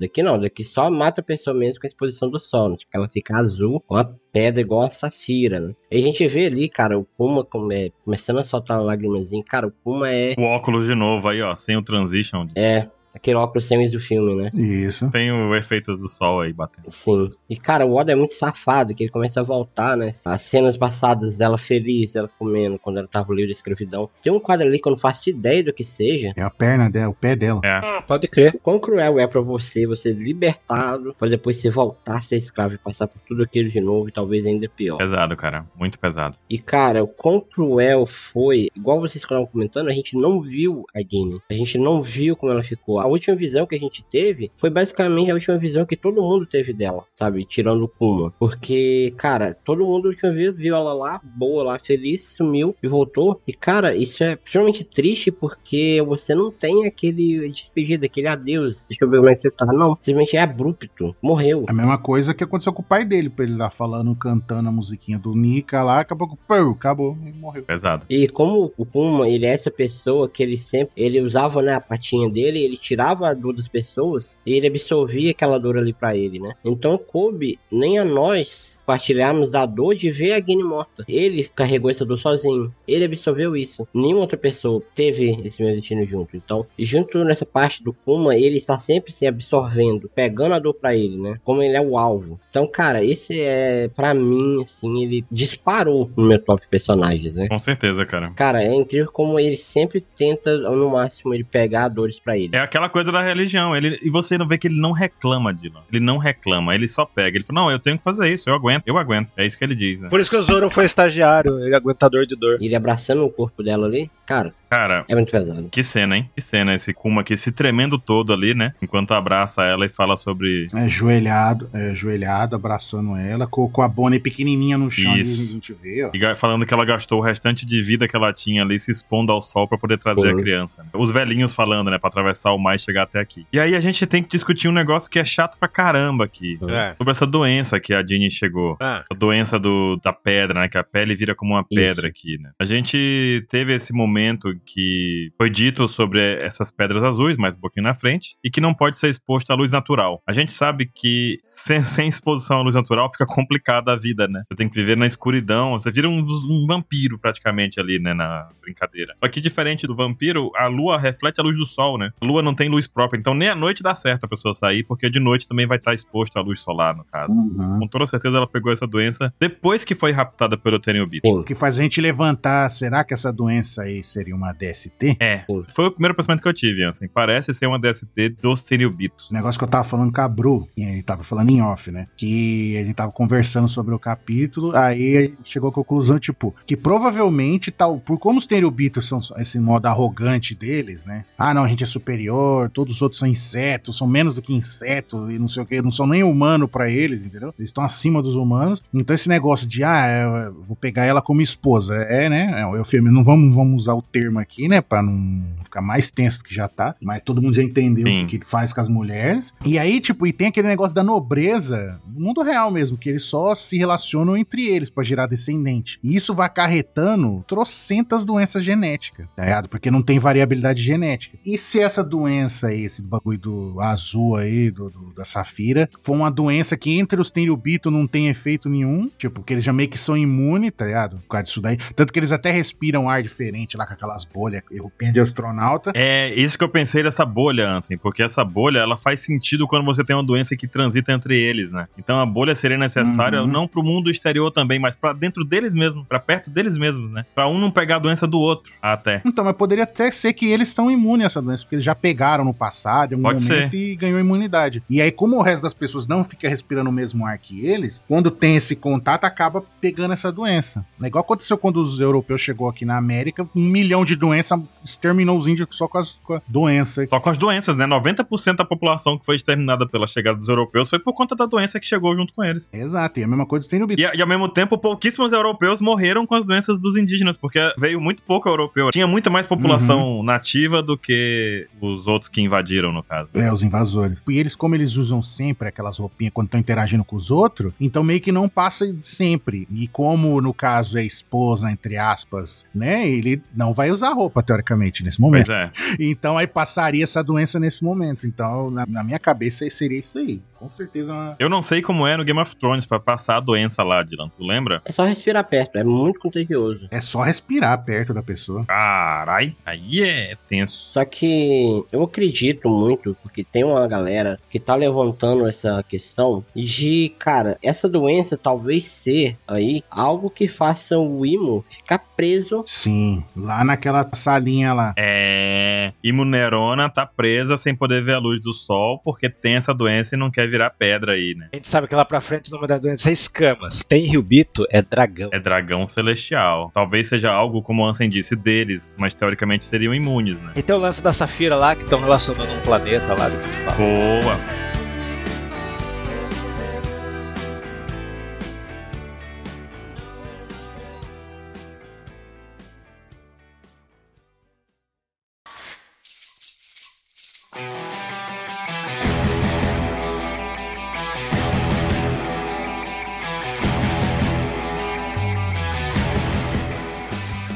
Daqui não, daqui só mata a pessoa mesmo com a exposição do sol, né? Tipo, ela fica azul com a pedra igual a safira, né? E a gente vê ali, cara, o Puma come- começando a soltar uma lagrimazinha. Cara, o Puma é. O óculos de novo aí, ó, sem o transition. É, Aquele óculos semis do filme, né? Isso. Tem o efeito do sol aí batendo. Sim. E, cara, o Oda é muito safado, que ele começa a voltar, né? As cenas passadas dela feliz, ela comendo, quando ela tava livre da escravidão. Tem um quadro ali que eu não faço ideia do que seja. É a perna dela, o pé dela. É. Ah, Pode crer. O quão cruel é pra você, você libertado, pra depois você voltar a ser escravo e passar por tudo aquilo de novo e talvez ainda é pior. Pesado, cara. Muito pesado. E, cara, o quão cruel foi, igual vocês estavam comentando, a gente não viu a Guinea. A gente não viu como ela ficou. A última visão que a gente teve foi basicamente a última visão que todo mundo teve dela, sabe? Tirando o Kuma. Porque, cara, todo mundo a última vez viu ela lá, boa lá, feliz, sumiu e voltou. E, cara, isso é extremamente triste porque você não tem aquele despedida, aquele adeus. Deixa eu ver como é que você tá. Não, simplesmente é abrupto. Morreu. A mesma coisa que aconteceu com o pai dele, pra ele lá falando, cantando a musiquinha do Nika lá, acabou com. Pô, acabou e morreu. Pesado. E como o Kuma, ele é essa pessoa que ele sempre, ele usava, né, a patinha dele, ele tirava a dor das pessoas e ele absorvia aquela dor ali pra ele, né? Então coube nem a nós partilharmos da dor de ver a Guine morta. Ele carregou essa dor sozinho, ele absorveu isso. Nenhuma outra pessoa teve esse mesmo destino junto. Então, junto nessa parte do Kuma, ele está sempre se absorvendo, pegando a dor pra ele, né? Como ele é o alvo. Então, cara, esse é, pra mim, assim, ele disparou no meu top personagens, né? Com certeza, cara. Cara, é incrível como ele sempre tenta, no máximo, ele pegar dores pra ele. É aquela coisa da religião. Ele, e você não vê que ele não reclama, Dylan. Ele não reclama, ele só pega. Ele fala, não, eu tenho que fazer isso, eu aguento, eu aguento. É isso que ele diz, né? Por isso que o Zoro foi estagiário, ele é aguentador de dor. Ele abraçando o corpo dela ali, cara, Cara, é muito pesado. que cena, hein? Que cena esse Kuma aqui se tremendo todo ali, né? Enquanto abraça ela e fala sobre. É, ajoelhado, é, ajoelhado, abraçando ela, com, com a Bonnie pequenininha no chão, ali, a Isso. gente vê, ó. e ga- Falando que ela gastou o restante de vida que ela tinha ali se expondo ao sol pra poder trazer a Sim. criança. né? Os velhinhos falando, né? Pra atravessar o mar e chegar até aqui. E aí a gente tem que discutir um negócio que é chato pra caramba aqui. É. Sobre essa doença que a Jeannie chegou. Ah, A doença do, da pedra, né? Que a pele vira como uma pedra Isso. aqui, né? A gente teve esse momento que foi dito sobre essas pedras azuis, mais um pouquinho na frente, e que não pode ser exposto à luz natural. A gente sabe que sem, sem exposição à luz natural fica complicada a vida, né? Você tem que viver na escuridão, você vira um, um vampiro praticamente ali, né? Na brincadeira. Só que diferente do vampiro, a lua reflete a luz do sol, né? A lua não tem luz própria, então nem à noite dá certo a pessoa sair, porque de noite também vai estar exposto à luz solar, no caso. Uhum. Com toda certeza ela pegou essa doença depois que foi raptada pelo Tenryubito. Sim. O que faz a gente levantar, será que essa doença aí seria uma DST? É. Sim. Foi o primeiro pensamento que eu tive, assim. Parece ser uma DST do Tenryubito. O negócio que eu tava falando com a Bru, e ele tava falando em off, né? Que a gente tava conversando sobre o capítulo, aí a gente chegou à conclusão, tipo, que provavelmente tal, por como os terubitos são esse modo arrogante deles, né? Ah, não, a gente é superior, todos os outros são insetos, são menos do que insetos e não sei o que, não são nem humano pra eles, entendeu? Eles estão acima dos humanos. Então esse negócio de, ah, eu- eu vou pegar ela como esposa, é, né? É um eufemismo, não vamos, vamos usar o termo aqui, né? Pra não ficar mais tenso do que já tá, mas todo mundo já entendeu Sim. o que que ele faz com as mulheres. E aí, tipo, e tem aquele negócio da nobreza, no mundo real mesmo, que eles só se relacionam entre eles pra gerar descendente. E isso vai acarretando trocentas doenças genéticas, tá ligado? Porque não tem variabilidade genética. E se essa doença aí, esse bagulho do azul aí, do, do- da safira, for uma doença que entre os tenryubito não tem efeito nenhum, tipo, que eles já meio que são imunes, tá ligado? Por causa disso daí. Tanto que eles até respiram ar diferente lá com aquelas bolhas, roupinha de astronauta. É isso que eu pensei dessa bolha, assim, porque essa bolha ela faz sentido quando você tem uma doença que transita entre eles, né? Então a bolha seria necessária Uhum. não pro mundo exterior também, mas pra dentro deles mesmos, pra perto deles mesmos, né? Pra um não pegar a doença do outro até. Então, mas poderia até ser que eles estão imunes a essa doença, porque eles já pegaram no passado, em algum Pode momento, ser. e ganhou imunidade. E aí, como o resto das pessoas não fica respirando o mesmo ar que eles, quando tem esse contato, acaba pegando essa doença. É igual aconteceu quando os europeus chegou aqui na América, um milhão de doenças exterminou os índios só com, as, com a doença. Só com as doenças, né? 90% da população que foi exterminada pela chegada dos europeus foi por conta da doença que chegou junto com eles. Exato, e a mesma coisa do Tenryubito. E, e ao mesmo tempo, pouquíssimos europeus morreram com as doenças dos indígenas, porque veio muito pouco europeu. Tinha muito mais população nativa do que os outros que invadiram, no caso. É, os invasores. E eles, como eles usam sempre aquelas roupinhas quando estão interagindo com os outros, então meio que não passa sempre. E como, no caso, é esposa, entre aspas, né? Ele não vai usar roupa, teoricamente, nesse momento. Pois é. Então aí passaria essa doença nesse momento. Então, na, na minha cabeça, seria isso aí. Com certeza. uma- Eu não sei como é no Game of Thrones pra passar a doença lá, Dylan. Tu lembra? É só respirar perto, é muito contagioso. É só respirar perto da pessoa. Carai, aí é tenso. Só que eu acredito muito, porque tem uma galera que tá levantando essa questão de, cara, essa doença talvez ser aí algo que faça o Imo ficar preso. Sim. Lá naquela salinha lá. É. E Munerona tá presa sem poder ver a luz do sol porque tem essa doença e não quer virar pedra aí, né? A gente sabe que lá pra frente o nome da doença é escamas. Tem Riubito, é dragão. É dragão celestial. Talvez seja algo, como o Ansem disse, deles, mas teoricamente seriam imunes, né? E tem o lance da Safira lá, que estão relacionando um planeta lá. depois eu falo. Boa.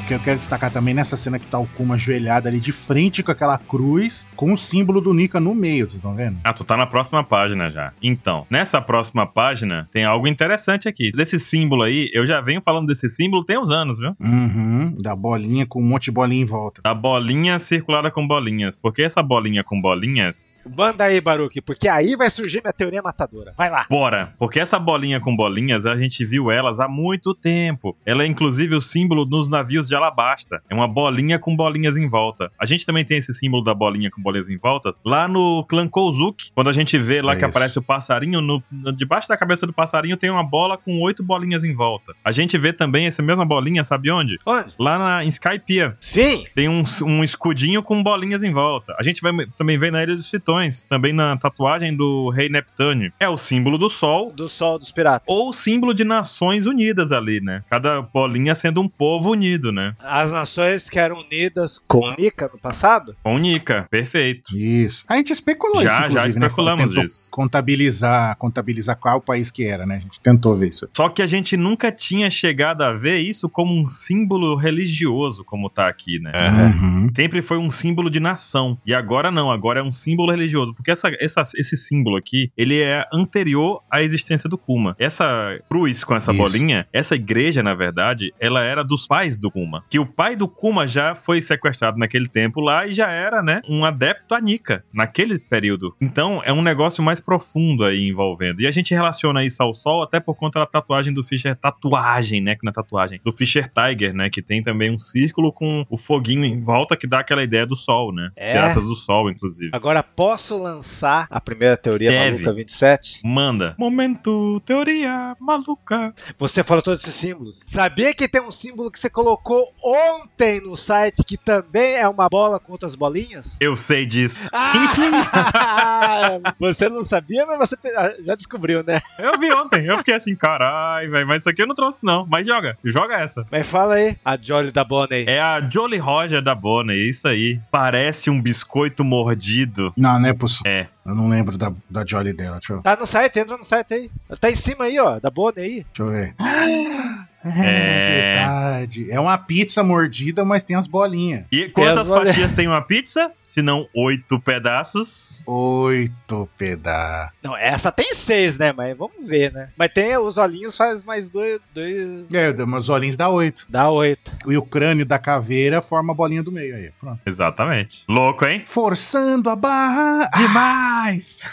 que eu quero destacar também nessa cena que tá o Kuma ajoelhado ali de frente com aquela cruz, com o símbolo do Nika no meio, vocês estão vendo? Ah, tu tá na próxima página já. Então, nessa próxima página tem algo interessante aqui. Desse símbolo aí, eu já venho falando desse símbolo tem uns anos, viu? Uhum. Da bolinha com um monte de bolinha em volta. Da bolinha circulada com bolinhas. Porque essa bolinha com bolinhas. Manda aí, Baruque, porque aí vai surgir minha teoria matadora. Vai lá. Bora! Porque essa bolinha com bolinhas, a gente viu elas há muito tempo. Ela é inclusive o símbolo nos navios de alabasta. É uma bolinha com bolinhas em volta. A gente também tem esse símbolo da bolinha com bolinhas em volta lá no clã Kozuki. Quando a gente vê lá É que isso. aparece o passarinho, no- no- debaixo da cabeça do passarinho tem uma bola com oito bolinhas em volta. A gente vê também essa mesma bolinha, sabe onde? Onde? Lá na, em Skypiea. Sim. Tem um, um escudinho com bolinhas em volta. A gente vai, também vê na Ilha dos Titões, também na tatuagem do Rei Neptune. É o símbolo do Sol Do Sol dos Piratas. ou o símbolo de Nações Unidas ali, né? Cada bolinha sendo um povo unido, né? As nações que eram unidas com Nika no passado? Com Nika, perfeito. Isso. A gente especulou isso, Já, já inclusive, né? especulamos Tentou isso. Contabilizar, contabilizar qual país que era, né? A gente tentou ver isso. Só que a gente nunca tinha chegado a ver isso como um símbolo religioso, como tá aqui, né? Uhum. Sempre foi um símbolo de nação. E agora não, agora é um símbolo religioso. Porque essa, essa- esse símbolo aqui, ele é anterior à existência do Kuma. Essa cruz com essa Isso. bolinha, essa igreja, na verdade, ela era dos pais do Kuma. Que o pai do Kuma já foi sequestrado naquele tempo lá e já era, né, um adepto a Nika naquele período. Então é um negócio mais profundo aí envolvendo. E a gente relaciona isso ao sol até por conta da tatuagem do Fischer. Tatuagem, né? Que não é tatuagem. Do Fischer Tiger, né? Que tem também um círculo com o foguinho em volta que dá aquela ideia do sol, né? É. Piratas do Sol, inclusive. Agora posso lançar a primeira teoria Deve. maluca 27? Manda. Momento, teoria maluca. Você falou todos esses símbolos. Sabia que tem um símbolo que você colocou ontem no site que também é uma bola com outras bolinhas? Eu sei disso. Ah! você não sabia, mas você pe- ah, já descobriu, né? Eu vi ontem. Eu fiquei assim, carai, velho. Mas isso aqui eu não trouxe, não. Mas joga. Joga essa. Mas fala aí, a Jolly da Bonnie. É a Jolly Roger da Bonnie, é isso aí. Parece um biscoito mordido. Não, não é possível. É. Eu não lembro da, da Jolly dela. Deixa eu, Tá no site, entra no site aí. Tá em cima aí, ó, da Bonnie aí. deixa eu ver. É. verdade. É uma pizza mordida, mas tem as bolinhas. E quantas as bolinhas. fatias tem uma pizza? Se não oito pedaços. Oito pedaços. Não, essa tem seis, né? Mas vamos ver, né? Mas tem os olhinhos, faz mais dois. dois... É, meus olhinhos dá oito. Dá oito. E o crânio da caveira forma a bolinha do meio aí. Pronto. Exatamente. Louco, hein? Forçando a barra. Demais!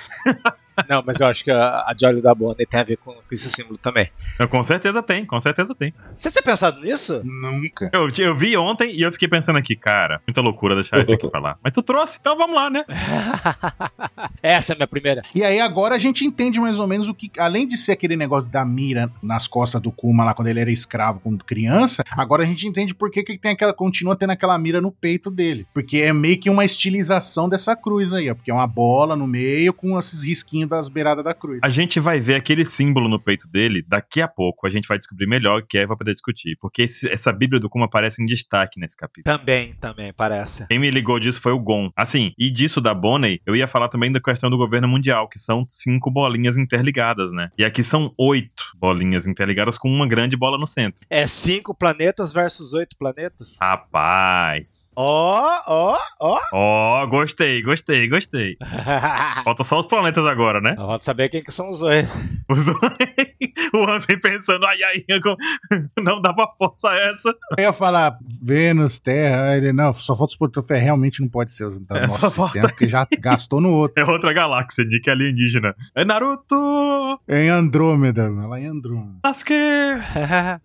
Não, mas eu acho que a, a Jolly da Bonnie tem a ver com, com esse símbolo também. Eu, com certeza tem, com certeza tem. Você tinha pensado nisso? Nunca. Eu, eu vi ontem e eu fiquei pensando aqui, cara, muita loucura deixar isso aqui pra lá. Mas tu trouxe, então vamos lá, né? Essa é a minha primeira. E aí agora a gente entende mais ou menos o que, além de ser aquele negócio da mira nas costas do Kuma lá quando ele era escravo, quando criança, agora a gente entende por que que tem aquela continua tendo aquela mira no peito dele, porque é meio que uma estilização dessa cruz aí, ó, porque é uma bola no meio com esses risquinhos caminho das beiradas da cruz. A gente vai ver aquele símbolo no peito dele daqui a pouco. A gente vai descobrir melhor o que é pra poder discutir. Porque esse- essa Bíblia do Kuma aparece em destaque nesse capítulo. Também, também, parece. Quem me ligou disso foi o Gon. Assim, e disso da Bonnie, eu ia falar também da questão do governo mundial, que são cinco bolinhas interligadas, né? E aqui são oito bolinhas interligadas com uma grande bola no centro. É cinco planetas versus oito planetas? Rapaz. Ó, ó, ó. Ó, gostei, gostei, gostei. Falta só os planetas agora, né? Não Vamos saber quem que são os oito. Os... o Hansen pensando, ai, ai, como- não dá pra forçar essa. Eu ia falar Vênus, Terra, aí ele, não, só falta os Portofé, realmente não pode ser os da É, nosso só sistema, falta- porque já gastou no outro. É outra galáxia, Nick alienígena. É Naruto! É em Andrômeda, ela é em Andrômeda. Sasuke!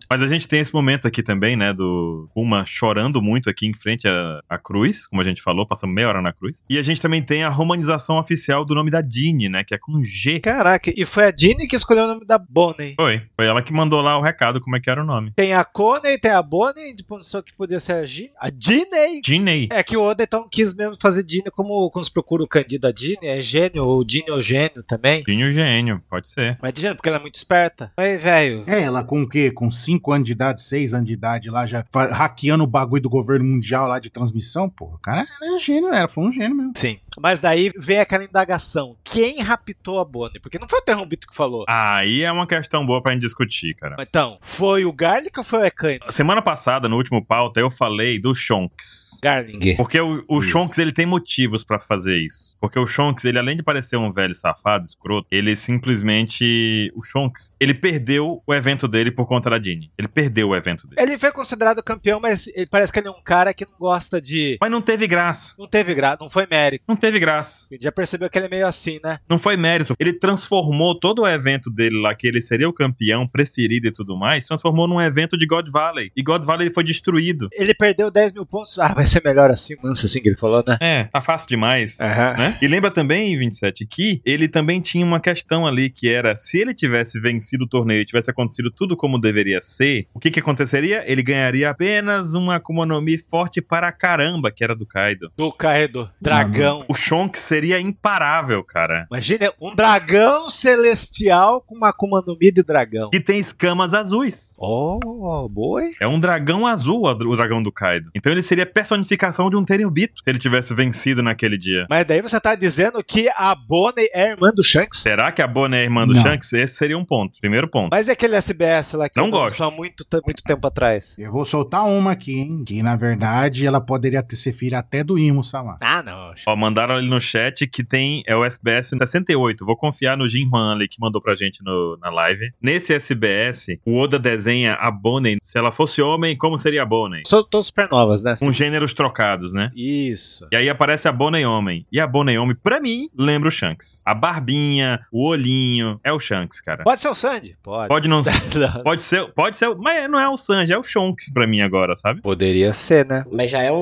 Mas a gente tem esse momento aqui também, né? Do Kuma chorando muito aqui em frente à, à cruz, como a gente falou, passando meia hora na cruz. E a gente também tem a romanização oficial do nome da Dini, né? Que é com G. Caraca, e foi a Dini que escolheu o nome da Bonnie. Foi. Foi ela que mandou lá o recado, como é que era o nome. Tem a Coney, tem a Bonnie, de só que podia ser a Gini. A Diney! Diney. É que o Oda então quis mesmo fazer Dini como quando se procura o Candido a Dini, é gênio, ou Dini ou gênio também. Dini o gênio, pode ser. Mas de gênio, porque ela é muito esperta. Aí, velho. É, ela com o quê? Com 5 anos de idade, 6 anos de idade lá, já fa- hackeando o bagulho do governo mundial lá de transmissão, pô. O cara era gênio, era, foi um gênio mesmo. Sim. Mas daí vem aquela indagação. Quem raptou a Bonnie? Porque não foi o Terrombito que falou. Aí é uma questão boa pra gente discutir, cara. Então, foi o Garlic ou foi o Ekane? Semana passada, no último pauta, eu falei do Shonks. Garling. Porque o, o Isso. Shonks, ele tem motivos pra fazer isso. Porque o Shonks, ele além de parecer um velho safado, escroto, ele simplesmente... O Shonks, ele perdeu o evento dele por conta da Dini. Ele perdeu o evento dele. Ele foi considerado campeão, mas ele parece que ele é um cara que não gosta de. Mas não teve graça. Não teve graça, não foi mérito. Não teve graça. Já percebeu que ele é meio assim, né? Não foi mérito. Ele transformou todo o evento dele lá, que ele seria o campeão preferido e tudo mais, transformou num evento de God Valley. E God Valley foi destruído. Ele perdeu 10 mil pontos. Ah, vai ser melhor assim, um lance assim que ele falou, né? É, tá fácil demais. Aham. né? E lembra também, 27, que ele também tinha uma questão ali que era se ele tivesse vencido o torneio e tivesse acontecido tudo como deveria ser, o que que aconteceria? Ele ganharia apenas uma Akuma no Mi forte para caramba, que era do Kaido. Do Kaido. Dragão. O Shonks seria imparável, cara. Imagina, um dragão celestial com uma Akuma no Mi de dragão. Que tem escamas azuis. Oh, boi. É um dragão azul, a- o dragão do Kaido. Então ele seria a personificação de um Tenryubito, se ele tivesse vencido naquele dia. Mas daí você tá dizendo que a Bonnie é a irmã do Shanks? Será que a Bonnie é a irmã do Não. Shanks? Esse seria um ponto. Primeiro ponto. Mas e aquele SBS lá que Não eu tava gosto. só há muito, te- muito tempo atrás? Eu vou soltar uma aqui, hein? Que na verdade ela poderia ter ser filha até do Imo Samar. Ah, não. acho- Ó, mandaram ali no chat que tem é o SBS 68. Vou confiar no Jim Juan ali que mandou pra gente no- na live. Nesse SBS, o Oda desenha a Bonnie. Se ela fosse homem, como seria a Bonnie? São todos supernovas, né? Com gêneros trocados, né? Isso. E aí aparece a Bonnie Homem. E a Bonnie Homem, pra mim, lembra o Shanks. A barbinha, o olhinho. É o Shanks, cara. Pode ser o Sandy? Pode. Pode não ser. Não. Pode ser, pode ser, mas não é o Sanji, é o Shonks pra mim agora, sabe? Poderia ser, né? Mas já é um,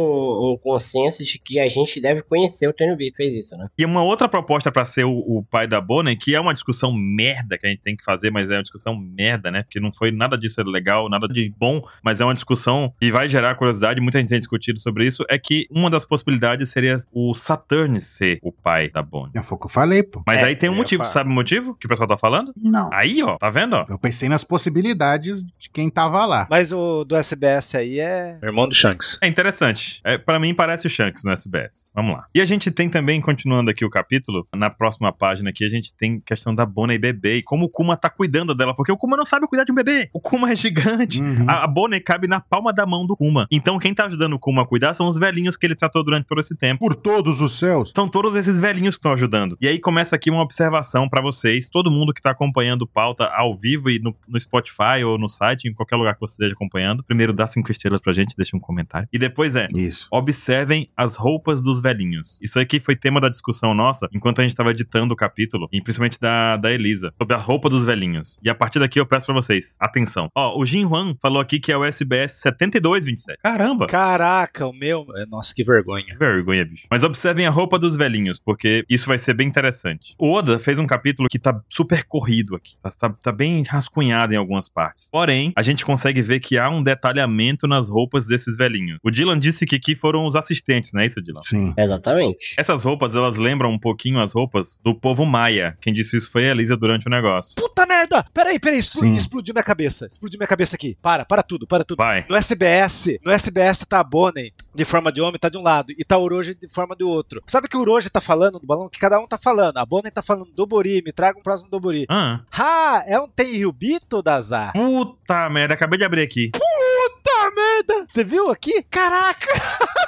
um consenso de que a gente deve conhecer o Tenryubito, fez isso, né? E uma outra proposta pra ser o, o pai da Bonnie, que é uma discussão merda que a gente tem que fazer, mas é uma discussão merda, né? Porque não foi nada disso legal, nada de bom, mas é uma discussão que vai gerar curiosidade, muita gente tem discutido sobre isso, é que uma das possibilidades seria o Saturn ser o pai da Bonnie. Já foi o que eu falei, pô. Mas É, aí tem um eu ia motivo, falar. sabe o motivo que o pessoal tá falando? Não. Aí, ó, tá vendo, ó? Eu pensei nas possibilidades de quem tava lá. Mas o do SBS aí é. Irmão do Shanks. É interessante. É, para mim parece o Shanks no SBS. Vamos lá. E a gente tem também, continuando aqui o capítulo, na próxima página aqui, a gente tem questão da Bona e bebê e como o Kuma tá cuidando dela, porque o Kuma não sabe cuidar de um bebê. O Kuma é gigante. Uhum. A, a Bonnie cabe na palma da mão do Kuma. Então, quem tá ajudando o Kuma a cuidar são os velhinhos que ele tratou durante todo esse tempo. Por todos os céus. São todos esses velhinhos que estão ajudando. E aí começa aqui uma observação pra vocês, todo mundo que tá acompanhando o pauta ao vivo e no, no Spotify ou no site, em qualquer lugar que você esteja acompanhando. Primeiro dá cinco estrelas pra gente, deixa um comentário. E depois é, Isso. Observem as roupas dos velhinhos. Isso aqui foi tema da discussão nossa enquanto a gente estava editando o capítulo, e principalmente da, da Elisa, sobre a roupa dos velhinhos. E a partir daqui eu peço pra vocês, atenção. Ó, o Jin Juan falou aqui que é o SBS 7227. Caramba! Caraca, o meu. é, Nossa, que vergonha. Que vergonha, bicho. Mas observem a roupa dos velhinhos, porque isso vai ser bem interessante. O Oda fez um capítulo que tá super corrido aqui. Tá, tá- tá bem rascunhado em algumas partes. Porém, a gente consegue ver que há um detalhamento nas roupas desses velhinhos. O Dylan disse que aqui foram os assistentes, não é isso, Dylan? Sim. Exatamente. Essas roupas, elas lembram um pouquinho as roupas do povo maia. Quem disse isso foi a Elisa durante o negócio. Puta merda! Peraí, peraí, expl- Sim. explodiu minha cabeça. Explodiu minha cabeça aqui. Para, para tudo, para tudo. Vai. No SBS, no SBS tá a Bonnie de forma de homem, tá de um lado, e tá o Uroji de forma do outro. Sabe que o Uroji tá falando do balão? Que cada um tá falando. A Bonnie tá falando do Bori, me traga um próximo do Bori. Ah, Ah, é um Tenryubito Dazar. puta merda, acabei de abrir aqui. Puta merda! Você viu aqui? Caraca!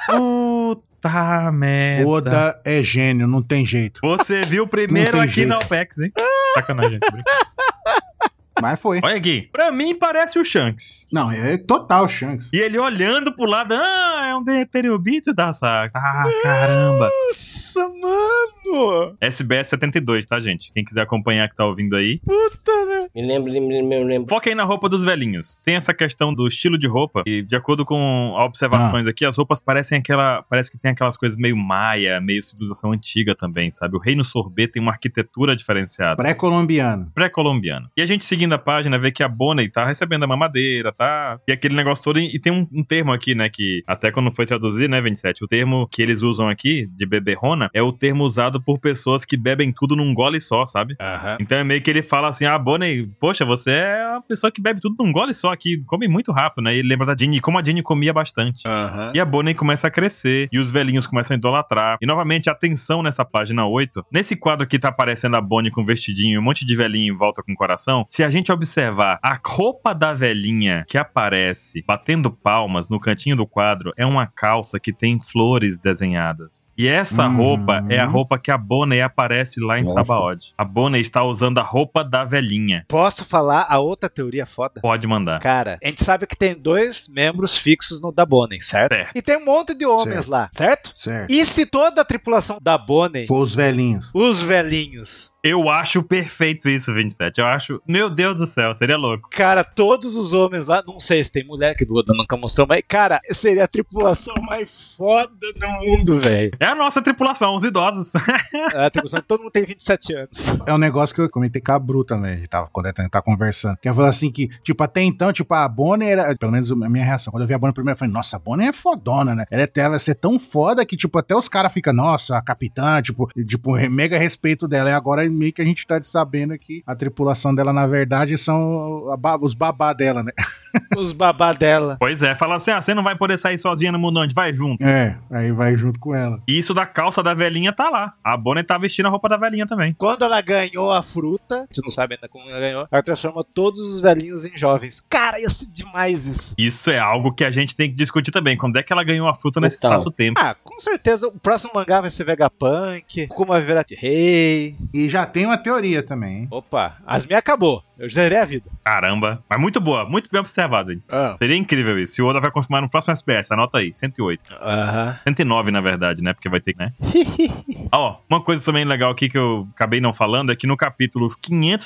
Puta merda. Oda é gênio, não tem jeito. Você viu primeiro Não tem aqui jeito. na OPEX, hein? Sacanagem. tô brincando. Mas foi. Olha aqui. Pra mim parece o Shanks. Não, é total Shanks. E ele olhando pro lado, ah, é um deteriobito da saca. Ah, caramba. Nossa, mano! SBS 72, tá, gente? Quem quiser acompanhar que tá ouvindo aí. Puta merda! Me lembro, lembro, lembro, lembro. Foca aí na roupa dos velhinhos. Tem essa questão do estilo de roupa. E de acordo com observações aqui, as roupas parecem aquela. Parece que tem aquelas coisas meio maia, meio civilização antiga também, sabe? O reino sorbet tem uma arquitetura diferenciada. Pré-colombiano. pré-colombiana. E a gente seguindo a página vê que a Bonnie tá recebendo a mamadeira, tá? E aquele negócio todo. E tem um, um termo aqui, né? Que até quando foi traduzir, né, 27? O termo que eles usam aqui, de beberrona, é o termo usado por pessoas que bebem tudo num gole só, sabe? Aham. Então é meio que ele fala assim: ah, Bonnie, poxa, você é uma pessoa que bebe tudo num gole só aqui, come muito rápido, né? E ele lembra da Jenny, como a Jenny comia bastante. Aham. E a Bonnie começa a crescer, e os velhinhos começam a idolatrar. E novamente, atenção nessa página 8. Nesse quadro que tá aparecendo a Bonnie com vestidinho e um monte de velhinho em volta com coração, se a gente observar a roupa da velhinha que aparece batendo palmas no cantinho do quadro, é uma calça que tem flores desenhadas. E essa Hum. roupa é a roupa que a Bonnie aparece lá em Nossa. Sabaody. A Bonnie está usando a roupa da velhinha. Posso falar a outra teoria foda? Pode mandar. Cara, a gente sabe que tem dois membros fixos no da Bonnie, certo? Certo. E tem um monte de homens Certo. lá, certo? Certo. E se toda a tripulação da Bonnie, Foi os velhinhos. os velhinhos, Eu acho perfeito isso, 27. Eu acho. Meu Deus do céu, seria louco. cara, todos os homens lá, não sei se tem mulher que o Oda nunca mostrou, mas, cara, seria a tripulação mais foda do mundo, velho. É a nossa tripulação, os idosos. É A tripulação, todo mundo tem 27 anos. É um negócio que eu comentei com a Bru também, a gente tava, quando a gente tava tá conversando. Que eu falei assim que, tipo, até então, tipo, a Bonnie era, pelo menos a minha reação, quando eu vi a Bonnie primeiro, eu falei, nossa, a Bonnie é fodona, né? Ela é ela ser tão foda que, tipo, até os caras ficam, nossa, a capitã, tipo, e, tipo, re- mega respeito dela. E agora meio que a gente tá sabendo que a tripulação dela, na verdade, são a ba- os babá dela, né? Os babá dela. pois é, fala assim: ah, você não vai poder sair sozinha no mundo onde vai junto. É, aí vai junto com ela. E isso da calça da velhinha tá lá. A Bonnie tá vestindo a roupa da velhinha também. Quando ela ganhou a fruta, você não sabe ainda como ela ganhou, ela transformou todos os velhinhos em jovens. Cara, ia ser demais isso. Isso é algo que a gente tem que discutir também. Quando é que ela ganhou a fruta nesse Então. espaço-tempo? Ah, com certeza o próximo mangá vai ser Vegapunk, Kuma vai virar Rei. E já tem uma teoria também, hein? Opa, as minhas acabou. Eu zerei a vida. Caramba. Mas muito boa, muito bem observado, gente. Ah, Seria incrível isso. E o Oda vai confirmar no próximo SBS. Anota aí, 108. Aham. 109, na verdade, né? Porque vai ter, né? Ó, uma coisa também legal aqui que eu acabei não falando é que no capítulo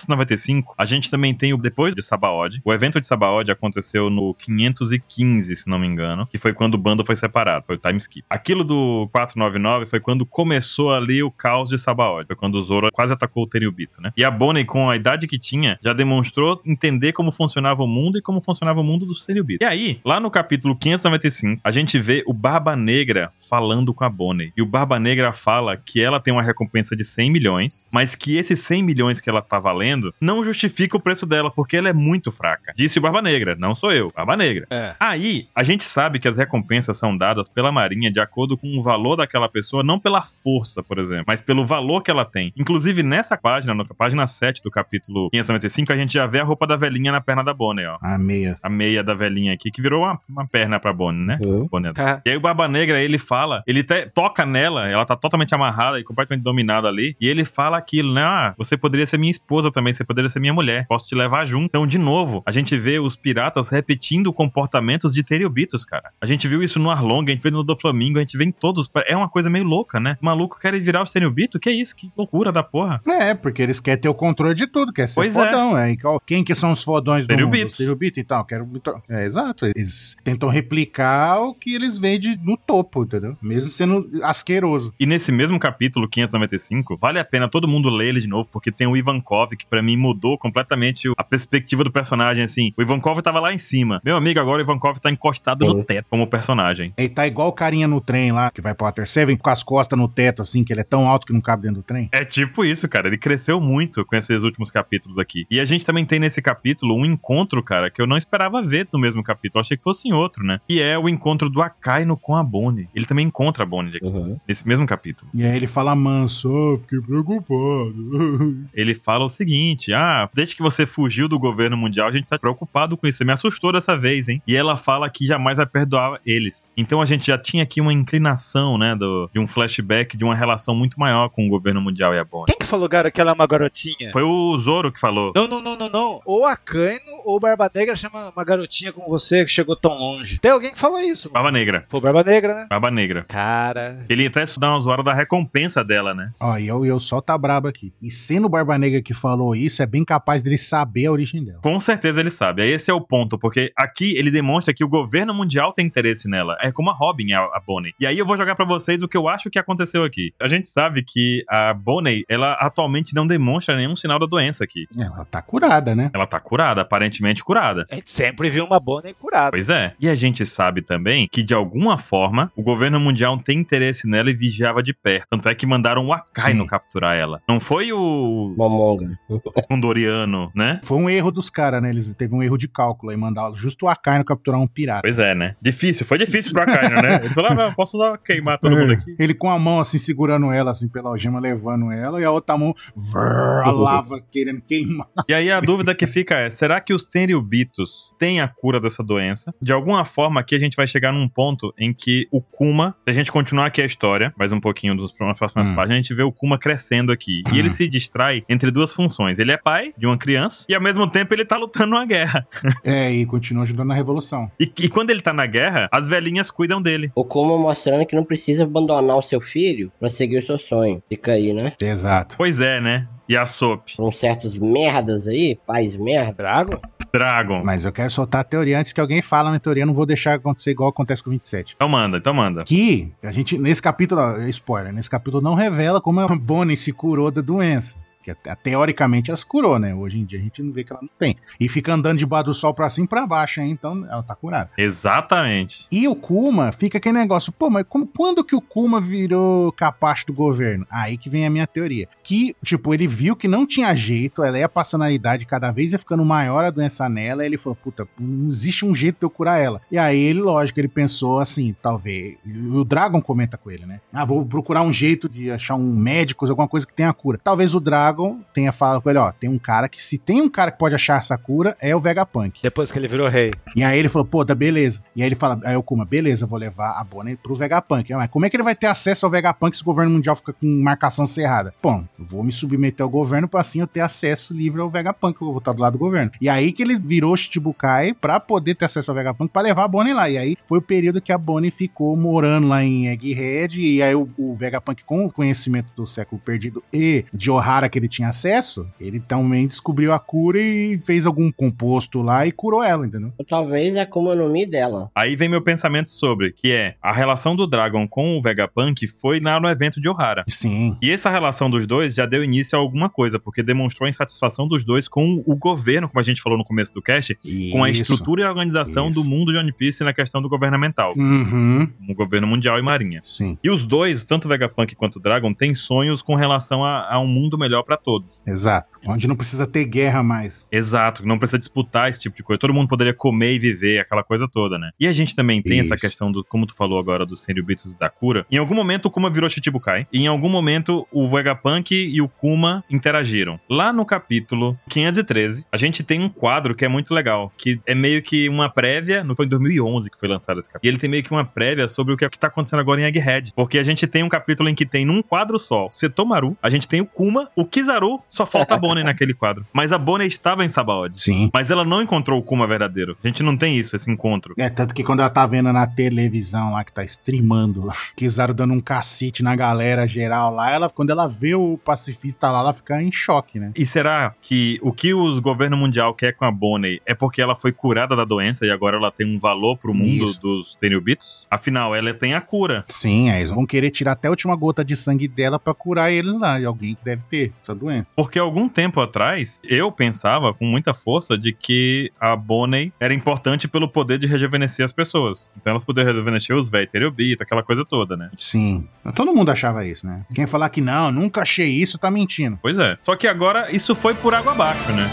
595, a gente também tem o depois de Sabaody. O evento de Sabaody aconteceu no 515, se não me engano, que foi quando o bando foi separado, foi o time skip. Aquilo do 499 foi quando começou ali o caos de Sabaody, foi quando o Zoro quase atacou o Tenryubito, né? E a Bonnie, com a idade que tinha, já demonstrou entender como funcionava o mundo e como funcionava o mundo do Tenryubito. E aí, lá no capítulo 595, a gente vê o Barba Negra falando com a Bonnie. E o Barba Negra fala que ela tem uma recompensa de 100 milhões, mas que esses 100 milhões que ela tá valendo não justifica o preço dela, porque ela é muito fraca. Disse o Barba Negra, não sou eu, Barba Negra. É. Aí, a gente sabe que as recompensas são dadas pela Marinha de acordo com o valor daquela pessoa, não pela força, por exemplo, mas pelo valor que ela tem. Inclusive, nessa página, na página 7 do capítulo 595, a gente já vê a roupa da velhinha na perna da Bonnie, ó. A Ah, meia. A meia da velhinha aqui, que virou uma, uma perna pra Bonnie, né? Hum. Bonnie e aí o Barba Negra, ele fala, ele até toca nela, ela tá totalmente amarrada e completamente dominada ali, e ele fala aquilo, né? Ah, você poderia ser minha esposa também, você poderia ser minha mulher, posso te levar junto. Então, de novo, a gente vê os piratas repetindo comportamentos de teriobitos, cara. A gente viu isso no Arlong, a gente vê no Doflamingo, a gente vê em todos. É uma coisa meio louca, né? O maluco quer virar os teriobitos? Que isso? Que loucura da porra. É, porque eles querem ter o controle de tudo, quer ser Pois é. fodão, é. aí, qual- quem que são os fodões do mundo? Terubitos. Os Terubito e tal. Quero... me to- É, exato. Eles tentam replicar o que eles veem de- no topo, entendeu? Mesmo sendo asqueroso. E nesse mesmo capítulo 595, vale a pena todo mundo ler ele de novo, porque tem o Ivankov, que pra mim mudou completamente o- a perspectiva do personagem, assim. O Ivankov tava lá em cima. Meu amigo, agora o Ivankov tá encostado Sim. no teto como personagem. Ele tá igual o carinha no trem lá, que vai pro Water Seven, com as costas no teto, assim, que ele é tão alto que não cabe dentro do trem. É tipo isso, cara. Ele cresceu muito com esses últimos capítulos aqui. E a gente também tem nesse capítulo um encontro, cara, que eu não esperava ver no mesmo capítulo. Eu Achei que fosse em outro, né? E é o encontro do Akaino com a Bonnie. Ele também encontra a Bonnie aqui, Uhum. nesse mesmo capítulo. E aí ele fala manso, "Ah, fiquei preocupado. ele fala o seguinte: ah, desde que você fugiu do governo mundial, a gente tá preocupado com isso. Me assustou dessa vez, hein? E ela fala que jamais vai perdoar eles. Então a gente já tinha aqui uma inclinação, né, do- de um flashback de uma relação muito maior com o governo mundial e a Bonnie. Quem que falou, cara, que ela é uma garotinha? Foi o Zoro que falou. Não, não, não, não, não. Ou a Kaino ou Barba Negra chama uma garotinha como você que chegou tão longe. Tem alguém que falou isso, mano. Barba Negra. Foi o Barba Negra, né? Barba Negra. Cara. Ele até dá uma zoada da recompensa dela, né? Ó, e eu, e eu só tá brabo aqui. E sendo o Barba Negra que falou isso, é bem capaz dele saber a origem dela. Com certeza ele sabe. Aí Esse é o ponto, porque aqui ele demonstra que o governo mundial tem interesse nela. É como a Robin, a, a Bonnie. E aí eu vou jogar pra vocês o que eu acho que aconteceu aqui. A gente sabe que a Bonnie, ela atualmente não demonstra nenhum sinal da doença aqui. Ela tá curada, né? Ela tá curada, aparentemente curada. A gente sempre viu uma Bonnie curada. Pois é. E a gente sabe também que, de alguma forma, o governo mundial tem interesse nela e vigiava de perto. Tanto é que mandaram o Akaino Sim. capturar ela. Não foi o Momonga. Condoriano, né? Foi um erro dos caras, né? Eles teve um erro de cálculo aí, mandar justo o Akaino capturar um pirata. Pois é, né? Difícil, foi difícil pro Akaino, né? Ele falou, ah, não, posso usar, queimar todo mundo aqui. É. Ele com a mão assim segurando ela, assim, pela algema, levando ela, e a outra mão, vrr, a Uhum. lava querendo queimar. E aí a dúvida que fica é, será que os tenryubitos têm a cura dessa doença? De alguma forma aqui a gente vai chegar num ponto em que o Kuma, se a gente continuar aqui a história, mais um pouquinho dos- nas próximas Hum. páginas, a gente vê o Kuma crescendo aqui. E ele se distrai entre duas funções. Ele é pai de uma criança e ao mesmo tempo ele tá lutando numa guerra. É, e continua ajudando na revolução. E, e quando ele tá na guerra, as velhinhas cuidam dele. O Kuma mostrando que não precisa abandonar o seu filho pra seguir o seu sonho. Fica aí, né? Exato. Pois é, né? E a Sop, Pra uns certos merdas aí, pais merda. Drago? Dragon. Mas eu quero soltar a teoria antes que alguém fala na teoria, eu não vou deixar acontecer igual acontece com o 27. Então manda, então manda. Que a gente, nesse capítulo, ó, é spoiler, nesse capítulo não revela como a Bonnie se curou da doença. Que até- teoricamente ela se curou, né? Hoje em dia a gente não vê que ela não tem. E fica andando debaixo do sol pra cima e pra baixo, hein? Então ela tá curada. Exatamente. E o Kuma fica aquele negócio, pô, mas como- quando que o Kuma virou capacho do governo? Aí que vem a minha teoria. Que, tipo, ele viu que não tinha jeito, ela ia passando a idade cada vez, ia ficando maior a doença nela, e ele falou, puta, não existe um jeito de eu curar ela. E aí ele, lógico, ele pensou assim, talvez. E o Dragon comenta com ele, né? Ah, vou procurar um jeito de achar um médico, alguma coisa que tenha cura. Talvez o Dragon tenha falado com ele, ó, tem um cara que, se tem um cara que pode achar essa cura, é o Vegapunk. Depois que ele virou rei. E aí ele falou, pô, tá beleza. E aí ele fala, aí o Kuma, beleza, eu vou levar a Bonnie pro Vegapunk. Mas como é que ele vai ter acesso ao Vegapunk se o governo mundial fica com marcação cerrada? Pô, eu vou me submeter ao governo pra assim eu ter acesso livre ao Vegapunk, eu vou estar do lado do governo. E aí que ele virou Shichibukai pra poder ter acesso ao Vegapunk pra levar a Bonnie lá. E aí foi o período que a Bonnie ficou morando lá em Egghead, e aí o, o Vegapunk com o conhecimento do século perdido e de Ohara que ele tinha acesso, ele também descobriu a cura e fez algum composto lá e curou ela, entendeu? Ou talvez é a Kuma no Mi dela. Aí vem meu pensamento sobre, que é a relação do Dragon com o Vegapunk foi lá no evento de Ohara. Sim. E essa relação dos dois já deu início a alguma coisa, porque demonstrou a insatisfação dos dois com o governo, como a gente falou no começo do cast, com a Isso. estrutura e organização Isso. do mundo de One Piece na questão do governamental, Uhum. como governo mundial e marinha. Sim, E os dois, tanto o Vegapunk quanto o Dragon, têm sonhos com relação a, a um mundo melhor pra todos. exato. Onde não precisa ter guerra mais. Exato, não precisa disputar esse tipo de coisa. Todo mundo poderia comer e viver, aquela coisa toda, né? E a gente também tem essa Isso. questão do, como tu falou agora, dos Senryubitos e da cura. Em algum momento o Kuma virou Chichibukai. E em algum momento o Vegapunk e o Kuma interagiram. Lá no capítulo 513, a gente tem um quadro que é muito legal, que é meio que uma prévia, não foi em 2011 que foi lançado esse capítulo. E ele tem meio que uma prévia sobre o que é que tá acontecendo agora em Egghead, porque a gente tem um capítulo em que tem num quadro só, Setomaru, a gente tem o Kuma, o Kizaru, só falta a Bonnie naquele quadro. Mas a Bonnie estava em Sabaody. Sim. Mas ela não encontrou o Kuma verdadeiro. A gente não tem isso, esse encontro. É, tanto que quando ela tá vendo na televisão lá que tá streamando, Kizaru dando um cacete na galera geral lá, ela, quando ela vê o pacifista lá, ela fica em choque, né? E será que o que o governo mundial quer com a Bonnie é porque ela foi curada da doença e agora ela tem um valor pro mundo Isso. dos Tenyubitos? Afinal, ela tem a cura. Sim, é, eles vão querer tirar até a última gota de sangue dela pra curar eles lá. E alguém que deve ter essa doença. Porque algum tempo atrás, eu pensava com muita força de que a Bonnie era importante pelo poder de rejuvenescer as pessoas. Então elas poderiam rejuvenescer os velhos, Tenyubito, aquela coisa toda, né? Sim. Todo mundo achava isso, né? Quem falar que não, nunca achei isso, tá mentindo. Pois é. Só que agora isso foi por água abaixo, né?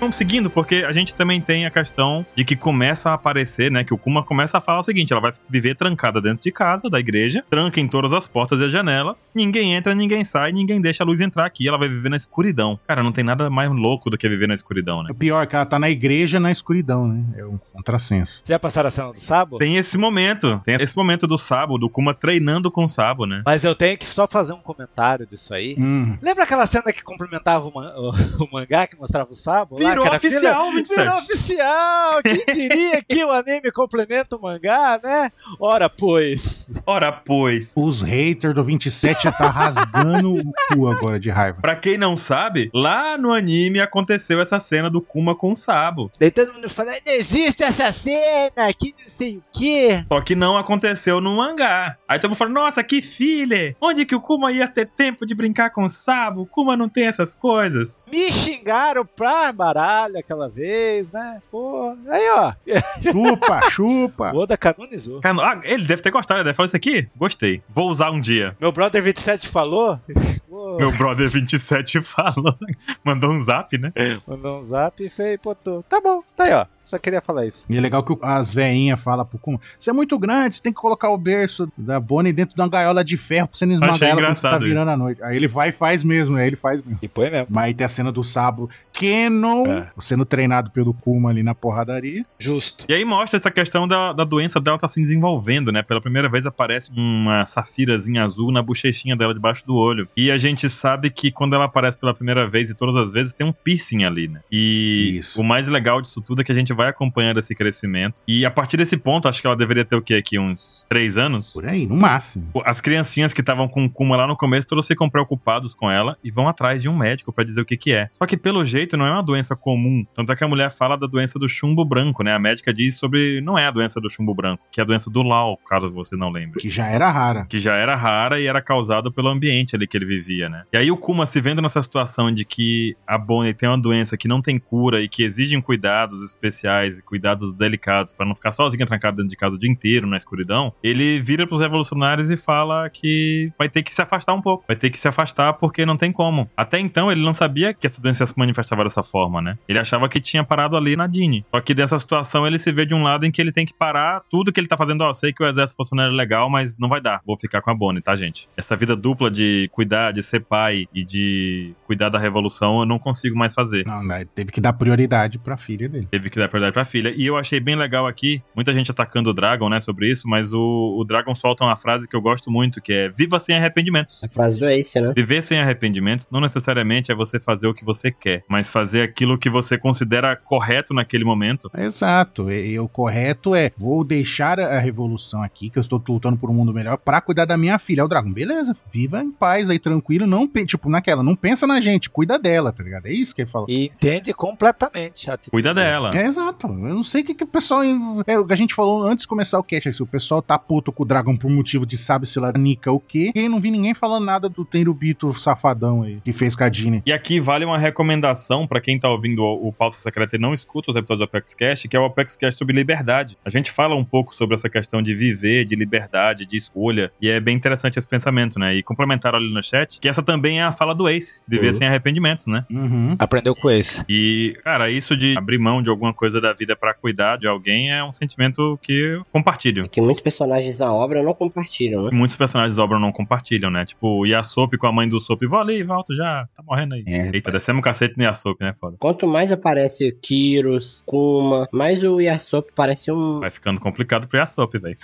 Vamos seguindo, porque a gente também tem a questão de que começa a aparecer, né? Que o Kuma começa a falar o seguinte: ela vai viver trancada dentro de casa, da igreja, tranca em todas as portas e as janelas, ninguém entra, ninguém sai, ninguém deixa a luz entrar aqui, ela vai viver na escuridão. Cara, não tem nada mais louco do que viver na escuridão, né? O pior é que ela tá na igreja na escuridão, né? É um contrassenso. Vocês já passaram a cena do Sabo? Tem esse momento, tem esse momento do Sabo, do Kuma treinando com o Sabo, né? Mas eu tenho que só fazer um comentário disso aí. Hum. Lembra aquela cena que complementava o, man- o- o mangá que mostrava o Sabo? lá, Virou que era oficial, Filha... Virou 27. oficial! Quem diria que o anime complementa o mangá, né? Ora, pois. Ora, pois. Os haters do 27 tá rasgando o cu agora de raiva. Pra quem não sabe, lá no anime aconteceu essa cena do Kuma com o Sabo. Daí todo mundo fala, não existe essa cena, que não sei o quê. Só que não aconteceu no mangá. Aí todo mundo falando, nossa, que filha! Onde que o Kuma ia ter tempo de brincar com o Sabo? O Kuma não tem essas coisas. Me xingaram pra baralho aquela vez, né? Pô, aí ó, Chupa, chupa. o Oda canonizou. Cara, ah, ele deve ter gostado, ele deve falar isso aqui. Gostei. Vou usar um dia. Meu brother 27 falou, pô, Meu brother 27 falou, mandou um zap, né? mandou um zap e fez, pô, tô. Tá bom, tá aí ó, só queria falar isso. E é legal que o- as veinhas falam pro Kuma: Você é muito grande, você tem que colocar o berço da Bonnie dentro de uma gaiola de ferro pra você não esmagar Achei ela quando você tá engraçado virando isso. à noite. Aí ele vai e faz mesmo, aí ele faz mesmo. E põe mesmo. Mas aí tem a cena do Sabo Kenon É. sendo treinado pelo Kuma ali na porradaria. Justo. E aí mostra essa questão da, da doença dela tá se desenvolvendo, né? Pela primeira vez aparece uma safirazinha azul na bochechinha dela debaixo do olho. E a gente sabe que quando ela aparece pela primeira vez e todas as vezes tem um piercing ali, né? E Isso. o mais legal disso tudo é que a gente vai acompanhando esse crescimento. E a partir desse ponto, acho que ela deveria ter o quê aqui? Uns três anos? Por aí, no máximo. As criancinhas que estavam com o Kuma lá no começo, todos ficam preocupados com ela e vão atrás de um médico pra dizer o que que é. Só que pelo jeito não é uma doença comum, tanto é que a mulher fala da doença do chumbo branco, né? A médica diz sobre não é a doença do chumbo branco, que é a doença do Lau, caso você não lembre. Que já era rara. Que já era rara e era causada pelo ambiente ali que ele vivia, né? E aí o Kuma se vendo nessa situação de que a Bonnie tem uma doença que não tem cura e que exigem cuidados especiais e cuidados delicados pra não ficar sozinha trancada dentro de casa o dia inteiro na escuridão, ele vira pros revolucionários e fala que vai ter que se afastar um pouco. Vai ter que se afastar porque não tem como. Até então ele não sabia que essa doença se manifestava dessa forma, né? Ele achava que tinha parado ali na Dini. Só que dessa situação ele se vê de um lado em que ele tem que parar tudo que ele tá fazendo. Ó, sei que o exército funcionário é legal, mas não vai dar. Vou ficar com a Bonnie, tá, gente? Essa vida dupla de cuidar, de ser pai e de cuidar da revolução, eu não consigo mais fazer. Não, né, teve que dar prioridade pra filha dele. Teve que dar prioridade pra filha. E eu achei bem legal aqui, muita gente atacando o Dragon, né, sobre isso, mas o, o Dragon solta uma frase que eu gosto muito, que é Viva sem arrependimentos. A frase do Ace, né? Viver sem arrependimentos não necessariamente é você fazer o que você quer, mas fazer aquilo que você considera correto naquele momento. Exato. E, e o correto é: vou deixar a a revolução aqui, que eu estou lutando por um mundo melhor, pra cuidar da minha filha. Aí o dragão, beleza, viva em paz aí, tranquilo. Não, pe- tipo, naquela, não pensa na gente, cuida dela, tá ligado? É isso que ele fala. E entende completamente. a atitude Cuida dela. É exato. Eu não sei o que, que o pessoal. É o que a gente falou antes de começar o cast. Se o pessoal tá puto com o dragão por motivo de sabe se lá nica o quê. E aí não vi ninguém falando nada do Tenrubito safadão aí que fez com a Dini. E aqui vale uma recomendação pra quem tá ouvindo o, o Pauta Secreta e não escuta os episódios do Apex Cash, que é o Apex Cash sobre liberdade. A gente fala um pouco sobre essa questão de viver, de liberdade, de escolha, e é bem interessante esse pensamento, né? E complementaram ali no chat que essa também é a fala do Ace, viver Uhum. sem arrependimentos, né? Uhum. Aprendeu com esse. E, cara, isso de abrir mão de alguma coisa dureza da vida pra cuidar de alguém é um sentimento que eu compartilho. Que muitos personagens da obra não compartilham, né? Muitos personagens da obra não compartilham, né? Tipo, o Yasop com a mãe do Sop, vou ali, volto já, tá morrendo aí. É, Eita, descemos o cacete no Yasop, né? Foda. Quanto mais aparece Kiros, Kuma, mais o Yasop parece um. Vai ficando complicado pro Yasop, velho.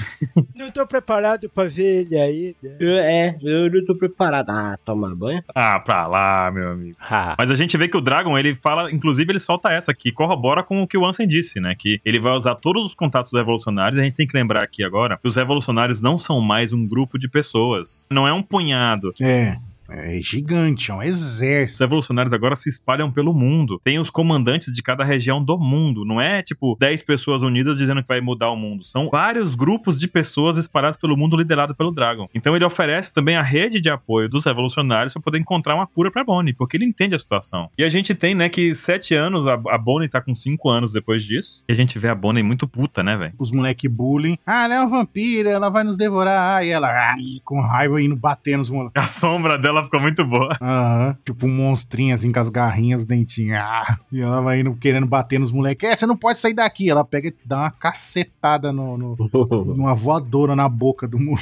Não tô preparado pra ver ele ainda. Eu- É, eu não tô preparado. Ah, tomar banho? Ah, pra lá, meu amigo. Ah, Mas a gente vê que o Dragon, ele fala, inclusive ele solta essa, que corrobora com o que o Ansem disse, né? Que ele vai usar todos os contatos dos revolucionários. A gente tem que lembrar aqui agora que os revolucionários não são mais um grupo de pessoas. Não é um punhado. É. É gigante, é um Os exército. revolucionários agora se espalham pelo mundo. Tem os comandantes de cada região do mundo. Não é tipo 10 pessoas unidas dizendo que vai mudar o mundo. São vários grupos de pessoas espalhadas pelo mundo, liderado pelo Dragon. Então ele oferece também a rede de apoio dos revolucionários para poder encontrar uma cura para Bonnie, porque ele entende a situação. E a gente tem, né, que 7 anos, a, a Bonnie tá com 5 anos depois disso. E a gente vê a Bonnie muito puta, né, velho? Os moleque bullying. Ah, ela é uma vampira, ela vai nos devorar. Ah, e ela ah, com raiva indo bater nos moleques. A sombra dela ficou muito boa. Aham. Tipo um monstrinho assim com as garrinhas, os dentinhos. Ah, e ela vai indo querendo bater nos moleques. É, você não pode sair daqui. Ela pega e dá uma cacetada no, no- numa voadora na boca do mundo.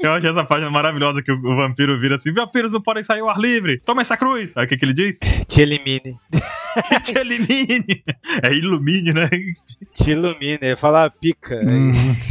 Eu achei essa página maravilhosa que o, o vampiro vira assim: vampiros não podem sair ao ar livre, toma essa cruz. Aí o que, que ele diz? Te elimine. que te elimine. É ilumine, né? Te ilumine. Eu ia falar pica Uhum.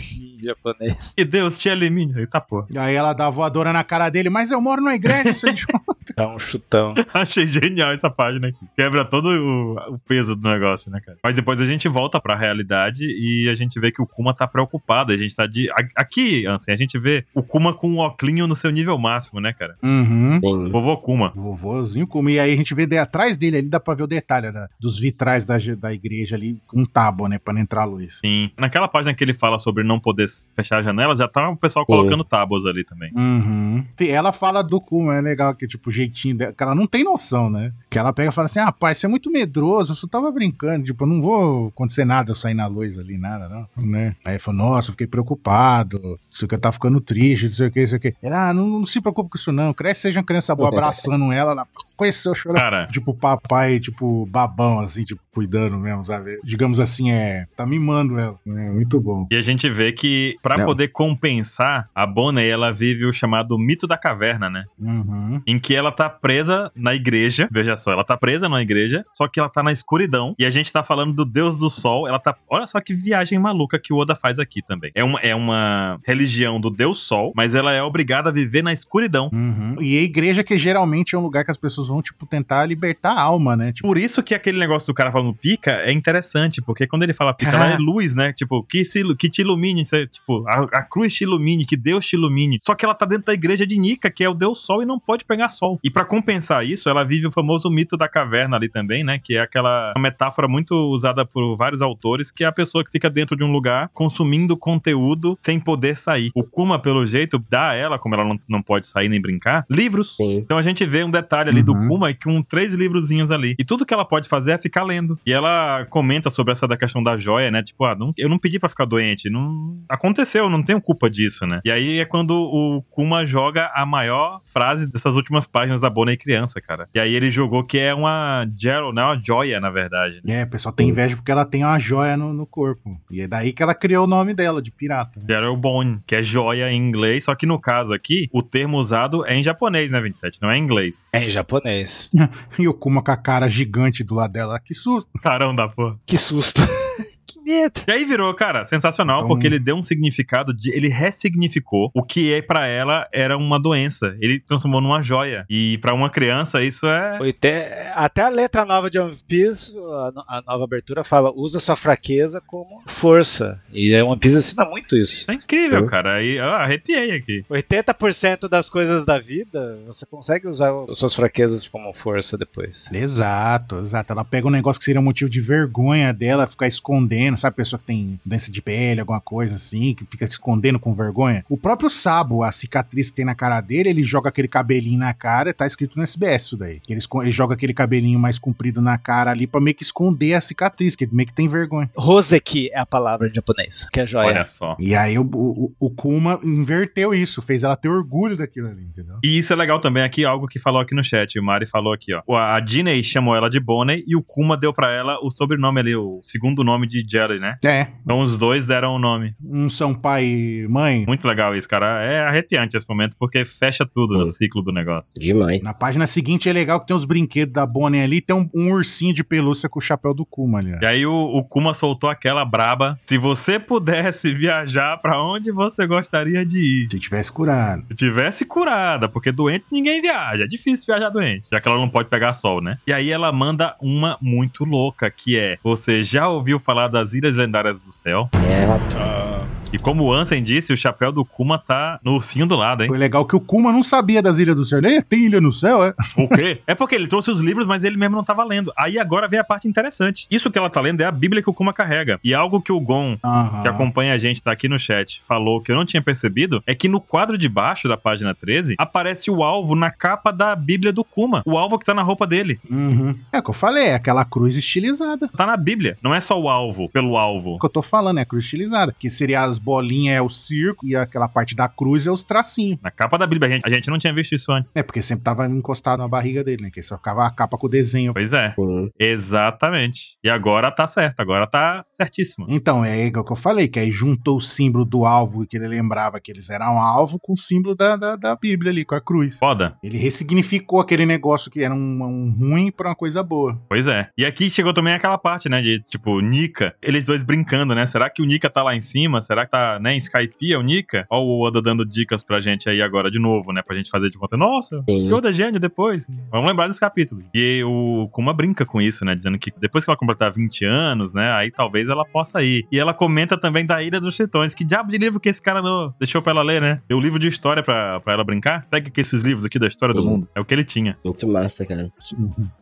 em japonês. Que Deus te elimine. Eita, pô. Aí ela dá a voadora na cara dele, mas eu moro na igreja, seu idiota. Dá um chutão. Achei genial essa página aqui. Quebra todo o, o peso do negócio, né, cara? Mas depois a gente volta pra realidade e a gente vê que o Kuma tá preocupado. A gente tá de. a- Aqui, Ansem, a gente vê o Kuma com o óculinho no seu nível máximo, né, cara? Uhum. Bem, Vovô Kuma. Vovozinho como. E aí a gente vê de, atrás dele ali, dá pra ver o detalhe da- dos vitrais da, ge- da igreja ali com tábua, né? Pra não entrar a luz. Sim. Naquela página que ele fala sobre não poder fechar a janela, já tá o pessoal colocando tábuas ali também. Uhum. E Ela fala do cu, é legal que, tipo, o jeitinho dela, que ela não tem noção, né? Que ela pega e fala assim: ah, pai, você é muito medroso, eu só tava brincando, tipo, não vou acontecer nada eu sair na luz ali, nada, não, né? Aí falou: nossa, eu fiquei preocupado, não sei o que, eu tava ficando triste, não sei o que, não sei o que. Ela, ah, não, não se preocupe com isso não, cresce, seja uma criança boa, abraçando ela, ela conheceu, chorando. Cara, Tipo, papai, tipo, babão, assim, tipo, cuidando mesmo, sabe? Digamos assim, é. Tá mimando ela. É, muito bom. E a gente vê que, pra Não. poder compensar, a Bonnie, ela vive o chamado mito da caverna, né? Uhum. Em que ela tá presa na igreja. Veja só, ela tá presa na igreja, só que ela tá na escuridão. E a gente tá falando do Deus do Sol. Ela tá. Olha só que viagem maluca que o Oda faz aqui também. É uma, é uma religião do Deus Sol, mas ela é obrigada a viver na escuridão. Uhum. E a igreja que geralmente é um lugar que as pessoas vão, tipo, tentar libertar a alma, né? Tipo, Por isso que aquele negócio do cara falando pica é interessante, porque quando ele fala pica, Ah. ela é luz, né? Tipo, que, se, ilu- que te ilumine, você- tipo, a, a cruz te ilumine, que Deus te ilumine. Só que ela tá dentro da igreja de Nika, que é o Deus Sol e não pode pegar sol. E pra compensar isso, ela vive o famoso mito da caverna ali também, né? Que é aquela metáfora muito usada por vários autores, que é a pessoa que fica dentro de um lugar consumindo conteúdo sem poder sair. O Kuma, pelo jeito, dá a ela, como ela não, não pode sair nem brincar, livros. sim. Então a gente vê um detalhe ali do Uhum. Kuma e com três livrozinhos ali. E tudo que ela pode fazer é ficar lendo. E ela comenta sobre essa da questão da joia, né? Tipo, ah, não- eu não pedi pra ficar doente. Não aconteceu, não tenho culpa disso, né? E aí é quando o Kuma joga a maior frase dessas últimas páginas da Bonnie criança, cara. E aí ele jogou que é uma Gerald, não é uma joia, na verdade. né? é, o pessoal tem inveja porque ela tem uma joia no, no corpo. E é daí que ela criou o nome dela, de pirata. né? Gerald Bone, que é joia em inglês, só que no caso aqui, o termo usado é em japonês, né, 27? Não é em inglês. É em japonês. E o Kuma com a cara gigante do lado dela. Que susto. Carão da porra. Que susto. que medo. E aí virou, cara, sensacional, Então- porque ele deu um significado, de, ele ressignificou o que é pra ela era uma doença. Ele transformou numa joia. E pra uma criança isso é Oite- Até a letra nova de One Piece, a, no- a nova abertura fala, usa sua fraqueza como força. E a One Piece ensina muito isso. é incrível, É. cara. Aí eu arrepiei aqui. 80% das coisas da vida, você consegue usar o- suas fraquezas como força depois. Exato, exato. Ela pega um negócio que seria um motivo de vergonha dela, ficar escondendo, pequeno, sabe? Pessoa que tem doença de pele, alguma coisa assim, que fica se escondendo com vergonha. O próprio Sabo, a cicatriz que tem na cara dele, ele joga aquele cabelinho na cara, tá escrito no SBS isso daí. Que ele, esco- ele joga aquele cabelinho mais comprido na cara ali pra meio que esconder a cicatriz, que ele meio que tem vergonha. Roseki é a palavra em japonês, que é joia. Olha só. E aí o, o, o Kuma inverteu isso, fez ela ter orgulho daquilo ali, entendeu? E isso é legal também aqui, algo que falou aqui no chat. O Mari falou aqui, ó. A Diney chamou ela de Bonnie e o Kuma deu pra ela o sobrenome ali, o segundo nome de Jelly, né? É, Então os dois deram o nome. um são pai e mãe. Muito legal isso, cara. É arrepiante esse momento, porque fecha tudo no ciclo do negócio. Demais. Na página seguinte é legal que tem uns brinquedos da Bonnie ali, tem um, um ursinho de pelúcia com o chapéu do Kuma ali. ó. E aí o, o Kuma soltou aquela braba. Se você pudesse viajar pra onde você gostaria de ir? Se tivesse curado. Se tivesse curada, porque doente ninguém viaja. É difícil viajar doente, já que ela não pode pegar sol, né? E aí ela manda uma muito louca, que é: Você já ouviu falar das Ilhas Lendárias do Céu? É, rapaz. E como o Ansem disse, o chapéu do Kuma tá no ursinho do lado, hein? Foi legal que o Kuma não sabia das Ilhas do Céu. Ele "É, tem ilha no céu, é? O quê? É porque ele trouxe os livros, mas ele mesmo não tava lendo. Aí agora vem a parte interessante. Isso que ela tá lendo é a Bíblia que o Kuma carrega. E algo que o Gon, que Aham. acompanha a gente, tá aqui no chat, falou que eu não tinha percebido, é que no quadro de baixo da página 13, aparece o alvo na capa da Bíblia do Kuma. O alvo que tá na roupa dele. Uhum. É o que eu falei, é aquela cruz estilizada. Tá na Bíblia. Não é só o alvo pelo alvo. O que eu tô falando é a cruz estilizada, que seria as bolinhas é o circo e aquela parte da cruz é os tracinhos. Na capa da Bíblia, a gente, a gente não tinha visto isso antes. É, porque sempre tava encostado na barriga dele, né? Que só ficava a capa com o desenho. Pois é. Hum. Exatamente. E agora tá certo. Agora tá certíssimo. Então, é igual que eu falei, que aí juntou o símbolo do alvo, que ele lembrava que eles eram alvo, com o símbolo da, da, da Bíblia ali, com a cruz. Foda. Ele ressignificou aquele negócio que era um, um ruim pra uma coisa boa. Pois é. E aqui chegou também aquela parte, né? De tipo, Nika, eles dois brincando, né? Será que o Nika tá lá em cima? Será que tá, né? Em Skype é o Nika? Ó, o Oda dando dicas pra gente aí agora de novo, né? Pra gente fazer de conta. Nossa, Sim. que Oda é gênio depois. Vamos lembrar desse capítulo. E o Kuma brinca com isso, né? Dizendo que depois que ela completar 20 anos, né? Aí talvez ela possa ir. E ela comenta também da Ilha dos Tritões. Que diabo de livro que esse cara não deixou pra ela ler, né? Deu livro de história pra, pra ela brincar? Pega aqui esses livros aqui da história do Sim. mundo. É o que ele tinha. Muito massa, cara.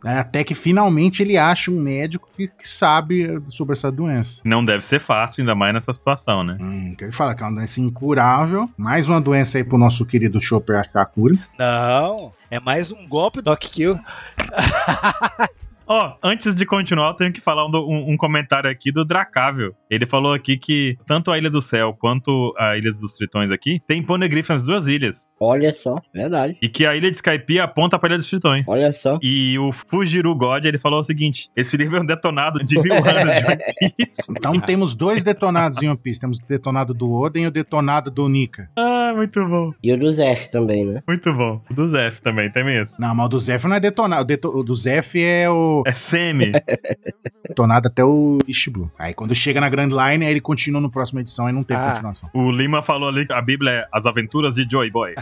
É, Até que finalmente ele acha um médico que, que sabe sobre essa doença. Não deve ser fácil, ainda mais nessa situação, né? Hum, que ele fala que é uma doença incurável. Mais uma doença aí pro nosso querido Chopper achar a cura. Não, é mais um golpe do Kill. Ó, antes de continuar, eu tenho que falar um, do- um- um comentário aqui do Dracável. Ele falou aqui que tanto a Ilha do Céu quanto a Ilha dos Tritões aqui tem Poneglyph nas duas ilhas. Olha só, verdade. E que a Ilha de Skype aponta pra Ilha dos Tritões. Olha só. E o Fujiru God, ele falou o seguinte: esse livro é um detonado de mil anos de One Piece. Então temos dois detonados em One Piece. Temos o detonado do Oden e o detonado do Nika. Ah, muito bom, E o do Zef também, né? muito bom. O do Zef também tem isso. Não, mas o do Zef não é detonado. O, deto- o do Zef é o É semi. detonado até o East Blue. Aí quando chega na Grand Line, aí ele continua na próxima edição e não teve Ah. continuação. O Lima falou ali que a Bíblia é As Aventuras de Joy Boy.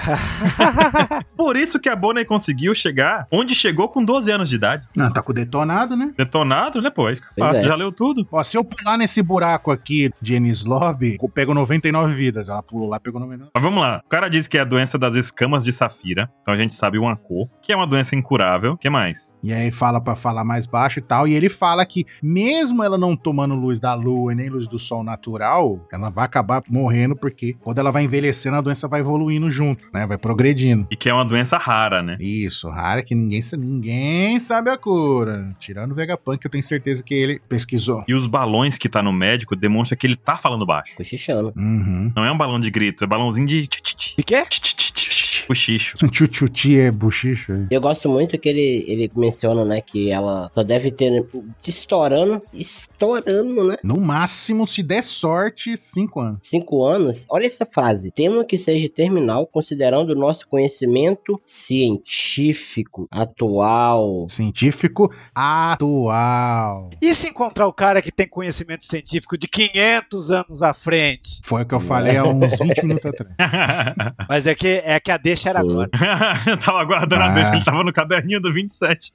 Por isso que a Bonnie conseguiu chegar onde chegou com 12 anos de idade. Não, tá com o detonado, né? Detonado, né, pô? Aí fica Pois fácil. é. Já leu tudo? Ó, se eu pular nesse buraco aqui de Enis Lobby, eu pego 99 vidas. Ela pulou lá, pegou 99. Mas vamos lá. O cara diz que é a doença das escamas de safira. Então a gente sabe uma cor, que é uma doença incurável. O que mais? E aí fala pra falar mais baixo e tal. E ele fala que, mesmo ela não tomando luz da lua e nem luz do sol natural, ela vai acabar morrendo, porque quando ela vai envelhecendo, a doença vai evoluindo junto, né? Vai progredindo. E que é uma doença rara, né? Isso, rara que ninguém, sa- ninguém sabe a cura. Tirando o Vegapunk, eu tenho certeza que ele pesquisou. E os balões que tá no médico demonstra que ele tá falando baixo. Cochichando. Uhum. Não é um balão de grito, é balãozinho de tch-tch-tch, De quê? tch-tch-tch, cochicho. Chuchuti é bochicho. é? Eu gosto muito que ele, ele menciona, né, que ela só deve ter estourando, estourando, né? No máximo, se der sorte, 5 anos. Cinco anos. Olha essa frase. Temo que seja terminal, considerando o nosso conhecimento científico atual. Científico atual. E se encontrar o cara que tem conhecimento científico de 500 anos à frente? Foi o que eu falei há uns 20 minutos atrás. Mas é que, é que a D deixa era Sim. agora. eu tava guardando a Ah. deixa, ele tava no caderninho do 27.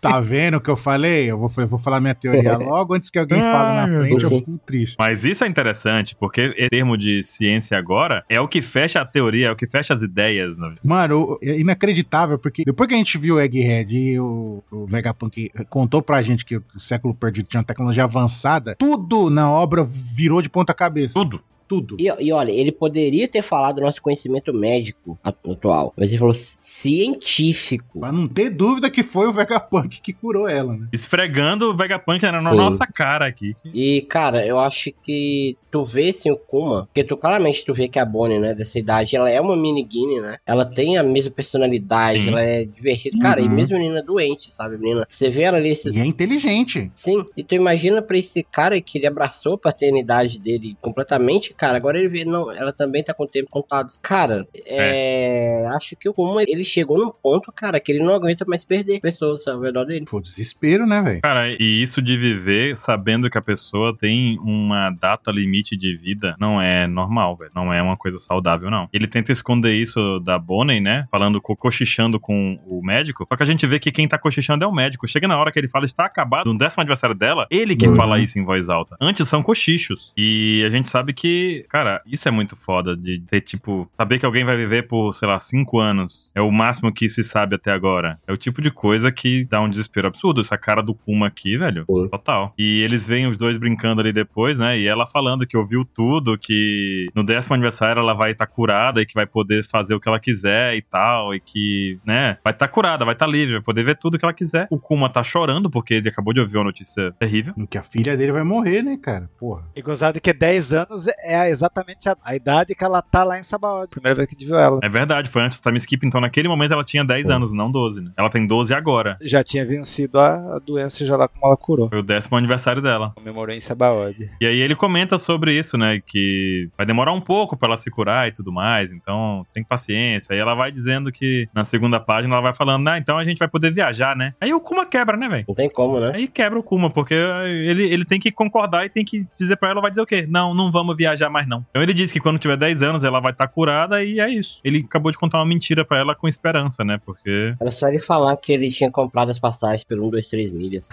Tá vendo o que eu falei? Eu vou, eu vou falar minha teoria logo antes que alguém fale Ai, na meu frente, eu Deus. fico triste. Mas isso é interessante, porque em termo de ciência agora, é o que fecha a teoria, é o que fecha as ideias. né? Mano, o- é inacreditável, porque depois que a gente viu o Egghead e o, o Vegapunk contou pra gente que o século perdido tinha uma tecnologia avançada, tudo na obra virou de ponta cabeça. Tudo. Tudo. E, e olha, ele poderia ter falado nosso conhecimento médico atu- atual, mas ele falou científico. Pra não ter dúvida que foi o Vegapunk que curou ela, né? Esfregando o Vegapunk na na Sim. nossa cara aqui. E, cara, eu acho que tu vê, assim, o Kuma, porque tu claramente tu vê que a Bonnie, né, dessa idade, ela é uma miniguine, né? Ela tem a mesma personalidade, Sim. ela é divertida. Cara, e Uhum. mesmo a menina doente, sabe, a menina? Você vê ela ali, você- E é inteligente. Sim, e tu imagina pra esse cara que ele abraçou a paternidade dele completamente, cara, agora ele vê, não, ela também tá com o tempo contado. Cara, é, acho que o Kuma, ele chegou num ponto, cara, que ele não aguenta mais perder pessoas ao redor dele. Foi o desespero, né, velho? Cara, e isso de viver sabendo que a pessoa tem uma data limite de vida não é normal, velho. Não é uma coisa saudável, não. Ele tenta esconder isso da Bonnie, né? Falando, co- cochichando com o médico. Só que a gente vê que quem tá cochichando é o médico. Chega na hora que ele fala, está acabado, no décimo aniversário dela, ele que Uhum. fala isso em voz alta. Antes são cochichos. E a gente sabe que, cara, isso é muito foda de ter, tipo, saber que alguém vai viver por, sei lá, cinco anos. É o máximo que se sabe até agora. É o tipo de coisa que dá um desespero absurdo. Essa cara do Kuma aqui, velho. Sim. Total. E eles veem os dois brincando ali depois, né? E ela falando que ouviu tudo, que no décimo aniversário ela vai estar curada e que vai poder fazer o que ela quiser e tal. E que, né? Vai estar curada, vai estar livre, vai poder ver tudo que ela quiser. O Kuma tá chorando porque ele acabou de ouvir uma notícia terrível. Em Que a filha dele vai morrer, né, cara? Porra. E gozado que 10 anos é exatamente a, a idade que ela tá lá em Sabaody. Primeira vez que a gente viu ela. É verdade, foi antes do time skip, então naquele momento ela tinha 10 anos, não 12, né? Ela tem 12 agora. Já tinha vencido a, a doença já lá como ela curou. Foi o décimo aniversário dela. Comemorou em Sabaody. E aí ele comenta sobre isso, né? Que vai demorar um pouco pra ela se curar e tudo mais, então tem paciência. Aí ela vai dizendo que na segunda página ela vai falando, ah, então a gente vai poder viajar, né? Aí o Kuma quebra, né, velho? Não tem como, né? Aí quebra o Kuma, porque ele, ele tem que concordar e tem que dizer pra ela, vai dizer o quê? Não, não vamos viajar mais não. Então ele diz que quando tiver 10 anos ela vai estar curada e é isso. Ele acabou de contar uma mentira pra ela com esperança, né? Porque Era só ele falar que ele tinha comprado as passagens pelo 1, 2, 3 milhas.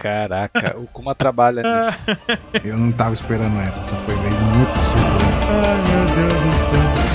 Caraca, o Kuma trabalha nisso. Eu não tava esperando essa. Essa foi bem muito surpresa. Ai, meu Deus do céu.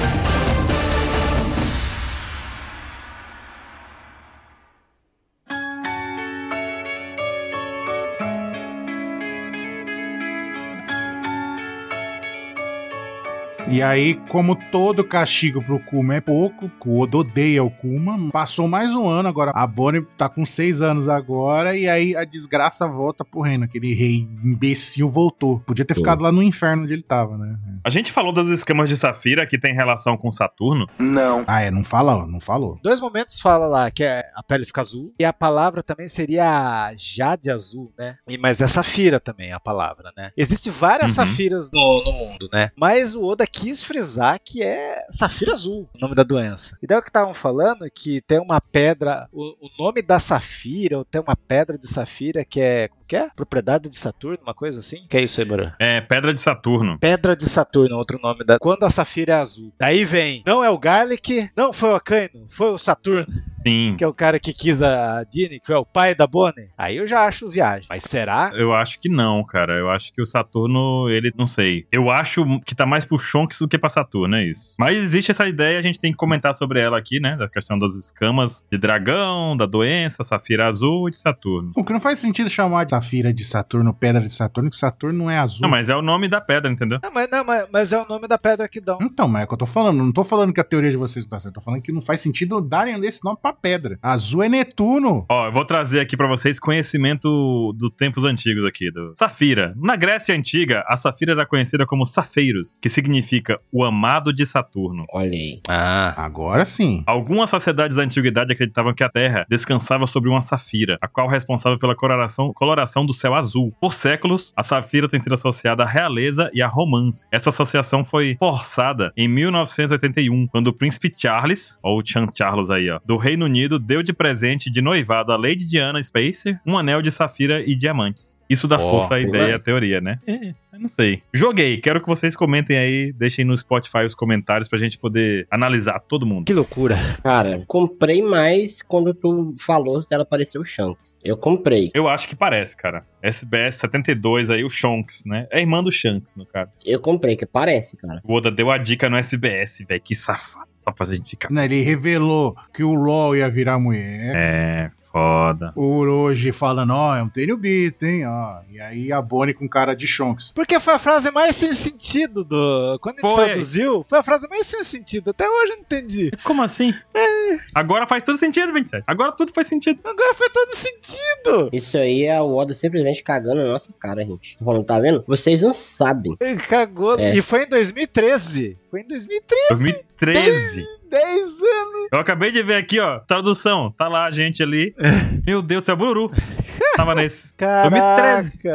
E aí, como todo castigo pro Kuma é pouco, o Oda odeia o Kuma. Passou mais um ano agora. A Bonnie tá com seis anos agora. E aí a desgraça volta pro reino. Aquele rei imbecil voltou. Podia ter ficado lá no inferno onde ele tava, né? A gente falou das escamas de Safira que tem relação com Saturno. Então- Ah, é, não fala, ó, não falou. Dois momentos fala lá que é a pele fica azul e a palavra também seria jade azul, né? E, mas é safira também a palavra, né? Existem várias Uhum. safiras no, no mundo, né? Mas o Oda quis frisar que é safira azul o nome da doença. E daí o que estavam falando é que tem uma pedra, o, o nome da safira, ou tem uma pedra de safira que é, como que é? Propriedade de Saturno, uma coisa assim? Que é isso aí, Bruno? É, Pedra de Saturno. Pedra de Saturno, outro nome da. Quando a safira é azul. Daí vem. Não é o Garlic, não foi o Akainu, foi o Saturno, Sim. que é o cara que quis a Dini, que foi o pai da Bonnie. Aí eu já acho viagem. Mas será? Eu acho que não, cara. Eu acho que o Saturno, ele, não sei. Eu acho que tá mais pro Shonks do que pra Saturno, é isso. Mas existe essa ideia, a gente tem que comentar sobre ela aqui, né? Da questão das escamas de dragão, da doença, safira azul e de Saturno. O que não faz sentido chamar de Safira de Saturno, Pedra de Saturno, que Saturno não é azul. Não, mas é o nome da pedra, entendeu? Não, mas, não, mas, mas é o nome da pedra que dão. Então, mas é o que eu tô falando. Não tô falando que a teoria de vocês não tá certa. Tô falando que não faz sentido darem esse nome pra pedra. Azul é Netuno. Ó, eu vou trazer aqui pra vocês conhecimento dos tempos antigos aqui. Do... Safira. Na Grécia Antiga, a safira era conhecida como Safeiros, que significa o amado de Saturno. Olha aí. Ah. Agora sim. Algumas sociedades da antiguidade acreditavam que a Terra descansava sobre uma safira, a qual é responsável pela coloração, coloração do céu azul. Por séculos, a safira tem sido associada à realeza e a romance. Essa associação foi forçada em 1981, quando o príncipe Charles, ou Chan Charles aí, ó, do Reino Unido, deu de presente de noivado à Lady Diana Spacer um anel de safira e diamantes. Isso dá Ó, força à que ideia e à legal. teoria, né? É, Não sei. Joguei. Quero que vocês comentem aí, deixem no Spotify os comentários pra gente poder analisar todo mundo. Que loucura. Cara, comprei mais quando tu falou se ela apareceu o Shanks. Eu comprei. Eu acho que parece, cara. SBS 72 aí, o Shonks, né? É irmã do Shanks, no caso. né? Eu comprei, que parece, cara. O Oda deu a dica no SBS, velho. Que safado. Só pra gente ficar. Né, Ele revelou que o LOL ia virar mulher. É, foda. O Orochi falando, ó, é um Tenho Beat, hein, ó. E aí a Bonnie com cara de Shonks. Porque foi a frase mais sem sentido do. Quando a gente Foi. traduziu, foi a frase mais sem sentido. Até hoje eu não entendi. Como assim? Agora faz todo sentido, 27. Agora tudo faz sentido. Agora foi todo sentido. Isso aí é o Oda simplesmente cagando na nossa cara, gente. Tô falando, tá vendo? Vocês não sabem. Ele Cagou. É. E foi em 2013. Foi em 2013. 2013. 10 anos. Eu acabei de ver aqui, ó. Tradução. Tá lá a gente ali. Meu Deus do céu, Bururu. Tava nesse. Caraca,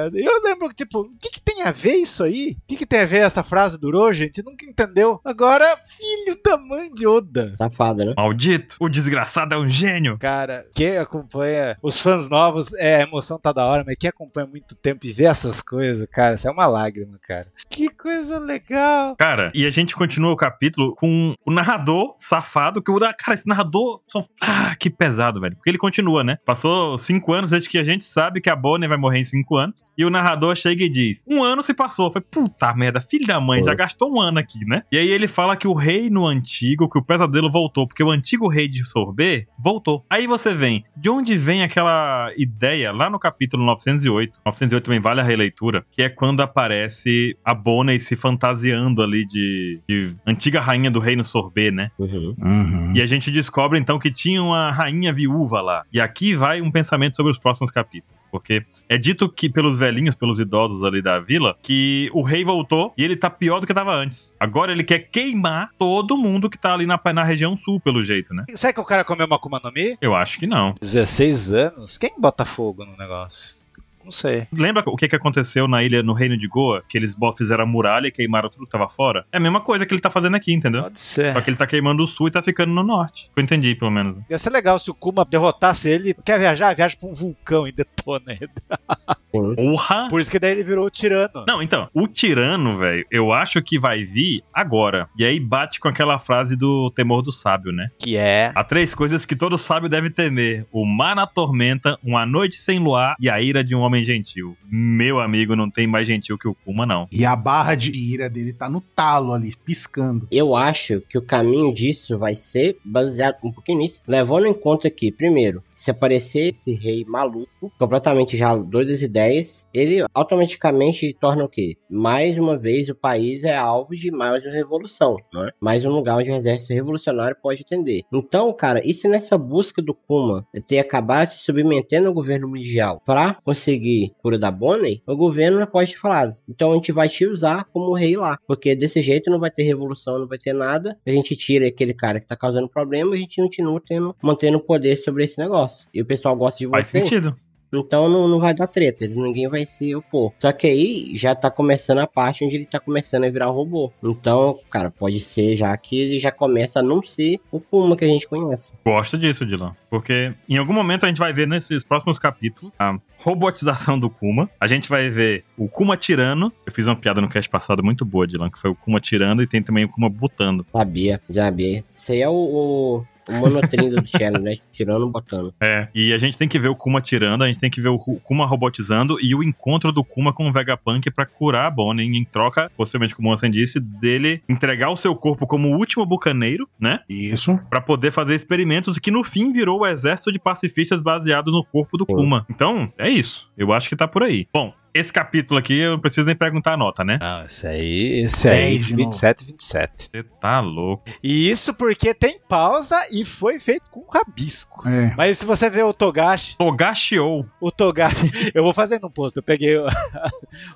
2013. eu lembro que, tipo, o que, que tem a ver isso aí? O que, que tem a ver essa frase do Oro, gente? Nunca entendeu. Agora, filho da mãe de Oda. Safado, né? Maldito. O desgraçado é um gênio. Cara, quem acompanha os fãs novos, é, a emoção tá da hora, mas quem acompanha há muito tempo e vê essas coisas, cara, isso é uma lágrima, cara. Que coisa legal. Cara, e a gente continua o capítulo com o narrador safado, que o da- cara, esse narrador. só- Ah, que pesado, velho. Porque ele continua, né? Passou cinco anos desde que a gente sabe que a Bonnie vai morrer em cinco anos. E o narrador chega e diz: Um ano se passou. Foi puta merda, filho da mãe, já gastou um ano aqui, né? E aí ele fala que o reino antigo, que o pesadelo voltou, porque o antigo rei de sorbet voltou. Aí você vem. De onde vem aquela ideia lá no capítulo 908? 908 também vale a releitura, que é quando aparece a Bonnie se fantasiando ali de, de antiga rainha do reino sorbet, né? Uhum. Uhum. E a gente descobre então que tinha uma rainha viúva lá. E aqui vai um pensamento sobre os próximos capítulos, porque é dito que pelos velhinhos, pelos idosos ali da vila, que o rei voltou e ele tá pior do que tava antes. Agora ele quer queimar todo mundo que tá ali na, na região sul, pelo jeito, né? Será que o cara comeu uma Akuma no Mi? Eu acho que não. 16 anos? Quem bota fogo no negócio? Não sei. Lembra o que, que aconteceu na ilha, no reino de Goa? Que eles bo- fizeram a muralha e queimaram tudo que tava fora? É a mesma coisa que ele tá fazendo aqui, entendeu? Pode ser. Só que ele tá queimando o sul e tá ficando no norte. Eu entendi, pelo menos. Ia ser legal se o Kuma derrotasse ele. Quer viajar? Viaja pra um vulcão e detona ele. Sim. Porra! Por isso que daí ele virou o tirano. Não, então, o tirano, velho, eu acho que vai vir agora. E aí bate com aquela frase do temor do sábio, né? Que é. Há três coisas que todo sábio deve temer: o mar na tormenta, uma noite sem luar e a ira de um homem gentil. Meu amigo, não tem mais gentil que o Kuma, não. E a barra de ira dele tá no talo ali, piscando. Eu acho que o caminho disso vai ser baseado um pouquinho nisso, levando em conta que, primeiro, se aparecer esse rei maluco, completamente já doido das ideias, ele automaticamente torna o quê? Mais uma vez, o país é alvo de mais uma revolução, não é? Mais um lugar onde o exército revolucionário pode atender. Então, cara, e se nessa busca do Kuma ter acabado se submetendo ao governo mundial pra conseguir cura da Bonnie, o governo não pode ter falado. Então a gente vai te usar como rei lá, porque desse jeito não vai ter revolução, não vai ter nada. A gente tira aquele cara que tá causando problema e a gente continua tendo, mantendo o poder sobre esse negócio. E o pessoal gosta de Faz você. sentido. Então não, não vai dar treta, ele- ninguém vai se opor. Só que aí já tá começando a parte onde ele tá começando a virar robô. Então, cara, pode ser já que ele já começa a não ser o Puma que a gente conhece. Gosto disso, Dylan. Porque em algum momento a gente vai ver nesses próximos capítulos a robotização do Kuma. A gente vai ver o Kuma tirano. Eu fiz uma piada no cast passado muito boa, Dylan, que foi o Kuma tirando e tem também o Kuma botando. Sabia, sabia. Isso aí é o, o, o monotrim do Channel, né? Tirando e botando. É, e a gente tem que ver o Kuma tirando, a gente tem que ver o Ru- Kuma robotizando e o encontro do Kuma com o Vegapunk pra curar a Bonnie em troca, possivelmente como o Ansem disse, dele entregar o seu corpo como o último bucaneiro, né? Isso. Pra poder fazer experimentos que no fim virou o exército de pacifistas baseado no corpo do Sim. Kuma. Então, é isso. Eu acho que tá por aí. Bom, esse capítulo aqui eu não preciso nem perguntar a nota, né? Não, isso aí. Esse aí. Dez de 27, 27. Você tá louco. E isso porque tem pausa e foi feito com rabisco. É. Mas se você vê o Togashi, Togashiou. o Togashi. eu vou fazer num post, eu peguei. o-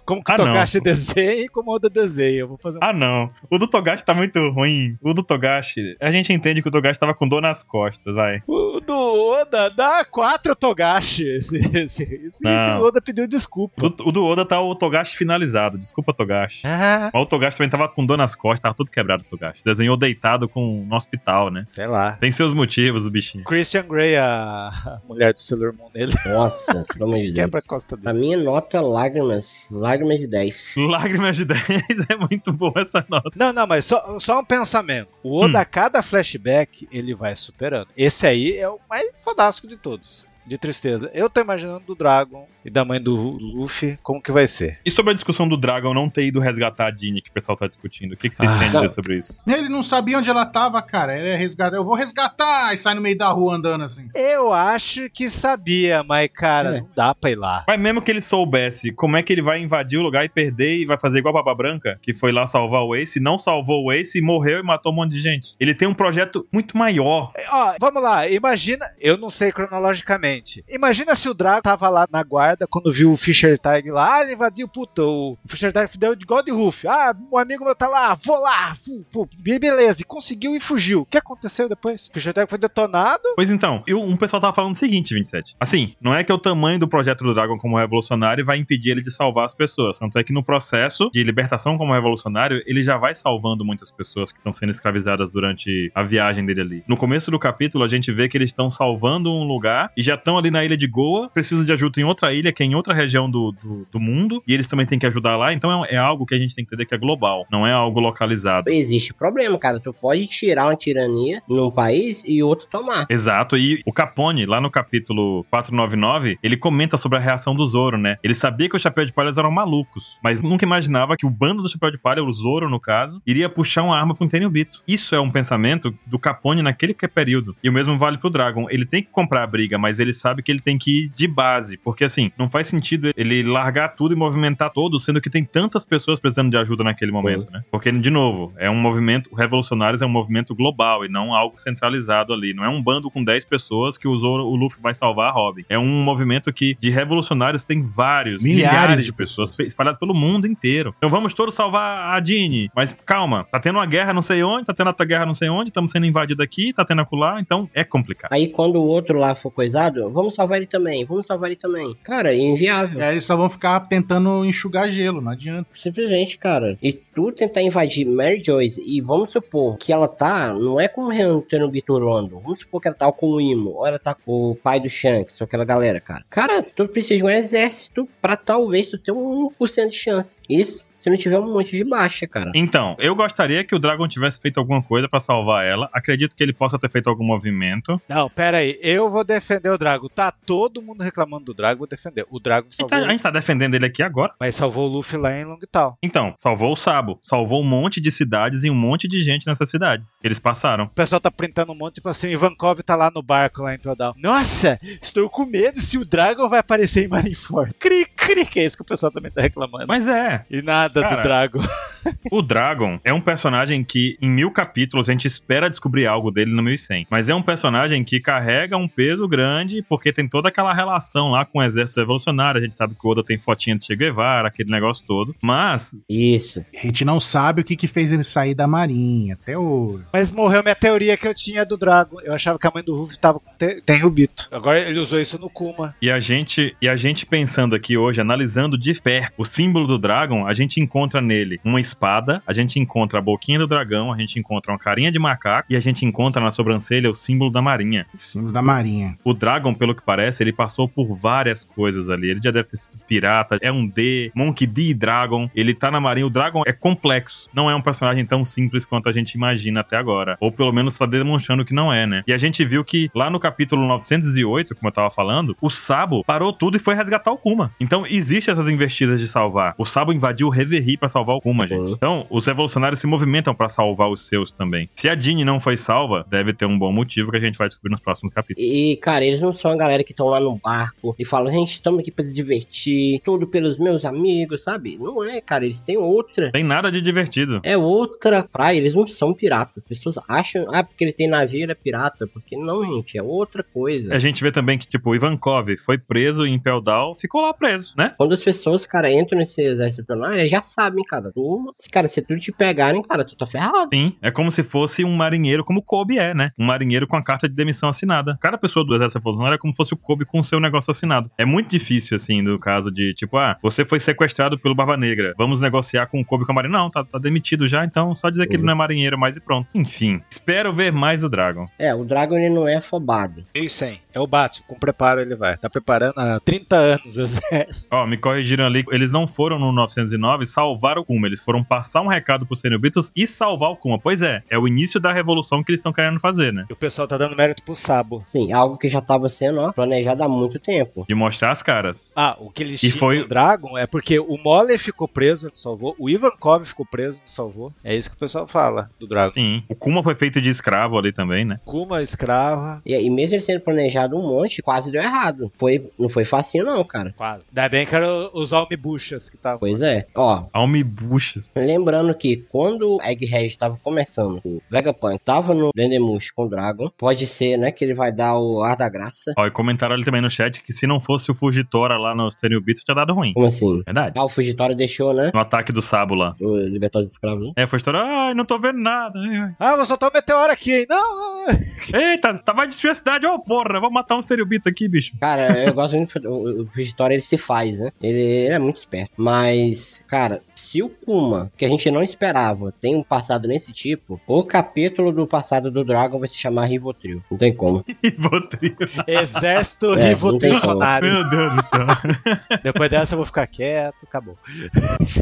como que o Ah, não. Togashi desenha e como o Oda desenha. Eu vou fazer um. Ah, não. O do Togashi tá muito ruim. O do Togashi, a gente entende que o Togashi tava com dor nas costas, vai. O o do Oda dá quatro Togashi. Esse, esse, esse Não. o Oda pediu desculpa. O, o do Oda tá o Togashi finalizado. Desculpa, Togashi. Ah, Mas o Togashi também tava com dor nas costas, tava tudo quebrado o Togashi. Desenhou deitado com no hospital, né? sei lá. Tem seus motivos, o bichinho. Christian Grey, a a mulher do Sailor Moon dele, Nossa, pelo amor de Deus. quebra a costa A dele. minha nota lágrimas. Lágrimas de 10. Lágrimas de 10 é muito boa essa nota. Não, não, mas só, só um pensamento. O Oda, Hum. a cada flashback, ele vai superando. Esse aí é o mais fodástico de todos. De tristeza. Eu tô imaginando do Dragon e da mãe do Luffy, como que vai ser. E sobre a discussão do Dragon não ter ido resgatar a Dini, que o pessoal tá discutindo, o que, que vocês Ah. têm a dizer Não. sobre isso? Ele não sabia onde ela tava, cara. Ele ia resgatar. Eu vou resgatar! E sai no meio da rua andando assim. Eu acho que sabia, mas, cara, É. não dá pra ir lá. Mas mesmo que ele soubesse como é que ele vai invadir o lugar e perder e vai fazer igual a Baba Branca, que foi lá salvar o Ace, não salvou o Ace, morreu e matou um monte de gente. Ele tem um projeto muito maior. Ó, vamos lá, imagina. Eu não sei cronologicamente. Imagina se o Drago tava lá na guarda quando viu o Fischer Tiger lá. Ah, ele invadiu, puta. O Fischer Tiger deu de God Roof. Ah, um amigo meu tá lá, vou lá. fu, fu, be- beleza, e conseguiu e fugiu. O que aconteceu depois? O Fischer Tiger foi detonado. Pois então, eu- um pessoal tava falando o seguinte, 27. Assim, não é que o tamanho do projeto do Dragon como revolucionário vai impedir ele de salvar as pessoas. Tanto é que no processo de libertação como revolucionário, ele já vai salvando muitas pessoas que estão sendo escravizadas durante a viagem dele ali. No começo do capítulo, a gente vê que eles estão salvando um lugar e já estão ali na ilha de Goa, precisa de ajuda em outra ilha, que é em outra região do, do, do mundo, e eles também têm que ajudar lá. Então é, um- é algo que a gente tem que entender que é global, não é algo localizado. Existe problema, cara. Tu pode tirar uma tirania num país e outro tomar. Exato, e o Capone, lá no capítulo 499, ele comenta sobre a reação do Zoro, né? Ele sabia que os Chapéu de Palha eram malucos, mas nunca imaginava que o bando do Chapéu de Palha, o Zoro no caso, iria puxar uma arma pra um Tenryubito. Isso é um pensamento do Capone naquele que- é período. E o mesmo vale pro Dragon. Ele tem que comprar a briga, mas ele sabe que ele tem que ir de base, porque assim, não faz sentido ele largar tudo e movimentar todo, sendo que tem tantas pessoas precisando de ajuda naquele momento, né? Porque, de novo, é um movimento, Revolucionários é um movimento global e não algo centralizado ali. Não é um bando com 10 pessoas que usou o Luffy vai salvar a Robin. É um movimento que de revolucionários tem vários, milhares, Milhares de de pessoas pe- espalhadas pelo mundo inteiro. Então vamos todos salvar a Jeanne. Mas calma, tá tendo uma guerra não sei onde, tá tendo outra guerra não sei onde, estamos sendo invadidos aqui, tá tendo acolá, então é complicado. Aí quando o outro lá for coisado, vamos salvar ele também, vamos salvar ele também. Cara, é inviável. E aí eles só vão ficar tentando enxugar gelo, não adianta. Simplesmente, cara. E tu tentar invadir Mary Joyce e vamos supor que ela tá, não é com o Rentano Bitorondo. Vamos supor que ela tá com o Imo, ou ela tá com o pai do Shanks, ou aquela galera, cara. Cara, tu precisa de um exército pra talvez tu ter um 1% de chance. Isso se não tiver um monte de baixa, cara. Então, eu gostaria que o Dragon tivesse feito alguma coisa pra salvar ela. Acredito que ele possa ter feito algum movimento. Não, pera aí, eu vou defender o Drago. Tá todo mundo reclamando do Drago, vou defender. O Drago Então, salvou, a gente tá defendendo ele aqui agora. mas salvou o Luffy lá em Long Tal. Então, salvou o Sabo. Salvou um monte de cidades e um monte de gente nessas cidades. Eles passaram. O pessoal tá printando um monte, tipo assim, o Ivankov tá lá no barco, lá em Todal. Nossa, estou com medo se o Dragon vai aparecer em Marineford. Cri, cri, que é isso que o pessoal também tá reclamando. Mas é, E nada Cara. do Drago. o Dragon é um personagem que em mil capítulos a gente espera descobrir algo dele no 1100. Mas é um personagem que carrega um peso grande porque tem toda aquela relação lá com o exército revolucionário. A gente sabe que o Oda tem fotinha de Che Guevara, aquele negócio todo. Mas Isso. A gente não sabe o que, que fez ele sair da marinha até hoje. Mas morreu minha teoria que eu tinha do Drago. Eu achava que a mãe do Ruff tava com te- tem Rubito. Agora ele usou isso no Kuma. E a gente, e a gente pensando aqui hoje, analisando de perto o símbolo do dragão, a gente encontra nele uma espada, a gente encontra a boquinha do dragão, a gente encontra uma carinha de macaco e a gente encontra na sobrancelha o símbolo da marinha. O símbolo da marinha. O dragão, pelo que parece, ele passou por várias coisas ali. Ele já deve ter sido pirata, é um D, Monkey D Dragon. Ele tá na marinha. O dragão é complexo. Não é um personagem tão simples quanto a gente imagina até agora. Ou pelo menos tá demonstrando que não é, né? E a gente viu que lá no capítulo 908, como eu tava falando, o Sabo parou tudo e foi resgatar o Kuma. Então existe essas investidas de salvar. O Sabo invadiu o Reverie pra salvar o Kuma, gente. Uhum. Então, os revolucionários se movimentam pra salvar os seus também. Se a Jeanne não foi salva, deve ter um bom motivo que a gente vai descobrir nos próximos capítulos. E, cara, eles não são a galera que estão lá no barco e falam, gente, estamos aqui pra se divertir, tudo pelos meus amigos, sabe? Não é, cara, eles têm outra. Tem nada de divertido. É outra praia, eles não são piratas. As pessoas acham, ah, porque eles têm navio, ele é pirata. Porque não, gente, é outra coisa. A gente vê também que, tipo, o Ivankov foi preso em Peldal, ficou lá preso, né? Quando as pessoas, cara, entram nesse exército profissional, eles já sabem, cara, tu, se, cara, se tu te pegarem, cara, tu tá ferrado. Sim, é como se fosse um marinheiro, como o Kobe é, né? Um marinheiro com a carta de demissão assinada. Cada pessoa do exército revolucionário é como se fosse o Kobe com o seu negócio assinado. É muito difícil, assim, do caso de, tipo, ah, você foi sequestrado pelo Barba Negra, vamos negociar com o Kobe como marinheiro. Não, tá, tá demitido já, então só dizer que ele não é marinheiro mais e pronto. Enfim, espero ver mais o Dragon. É, o Dragon ele não é afobado. 1100. É o Batman, com preparo ele vai. Tá preparando há 30 anos o exército. Ó, me corrigiram ali, eles não foram no 909 salvar o Kuma, eles foram passar um recado pros cenobitas e salvar o Kuma. Pois é, é o início da revolução que eles estão querendo fazer, né? E o pessoal tá dando mérito pro Sabo. Sim, algo que já tava sendo ó, planejado há muito tempo. De mostrar as caras. Ah, o que eles E tinham foi- no Dragon é porque o Mole ficou preso, não salvou. O Ivankov ficou preso, não salvou. É isso que o pessoal fala do Dragon. Sim. O Kuma foi feito de escravo ali também, né? Kuma, escrava. E, e mesmo ele sendo planejado um monte, quase deu errado. Foi, não foi facinho, não, cara. Quase. Ainda bem que eram os almibuchas que estavam. Pois é. Ó, Almibuchas. Lembrando que quando o Egghead tava começando, o Vegapunk tava no Dendemush com o Dragon, pode ser, né, que ele vai dar o ar da graça. Ó, e comentaram ali também no chat que se não fosse o Fugitora lá no Cenobitos, tinha dado ruim. Como assim? Verdade. Ah, o Fugitório deixou, né? No ataque do Sabo lá. O Libertório dos Escravos. É, o Fugitora, ai, não tô vendo nada. ai, Ah, vou soltar o meteoro aqui, hein? Não, não, não. ai. Eita, tava destruindo a cidade, ô porra, vou matar um Cenobitos aqui, bicho. Cara, eu gosto muito. O o Fugitório ele se faz, né? Ele, ele é muito esperto. Mas, cara, se o Kuma, que a gente não esperava, tem um passado nesse tipo, o capítulo do passado do Dragon vai se chamar Rivotril. Não tem como. E botei. Exército É, não tem Rivotricionário. Meu Deus do céu. um Depois dessa eu vou ficar quieto, acabou.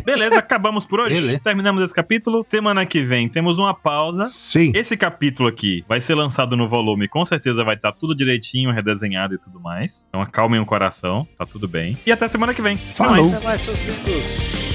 Beleza, acabamos por hoje. Beleza. Terminamos esse capítulo. Semana que vem temos uma pausa. Sim. Esse capítulo aqui vai ser lançado no volume, com certeza vai estar tudo direitinho, redesenhado e tudo mais. Então acalmem o coração, tá tudo bem. E até semana que vem. Até Falou. mais. Até mais, seus lindos.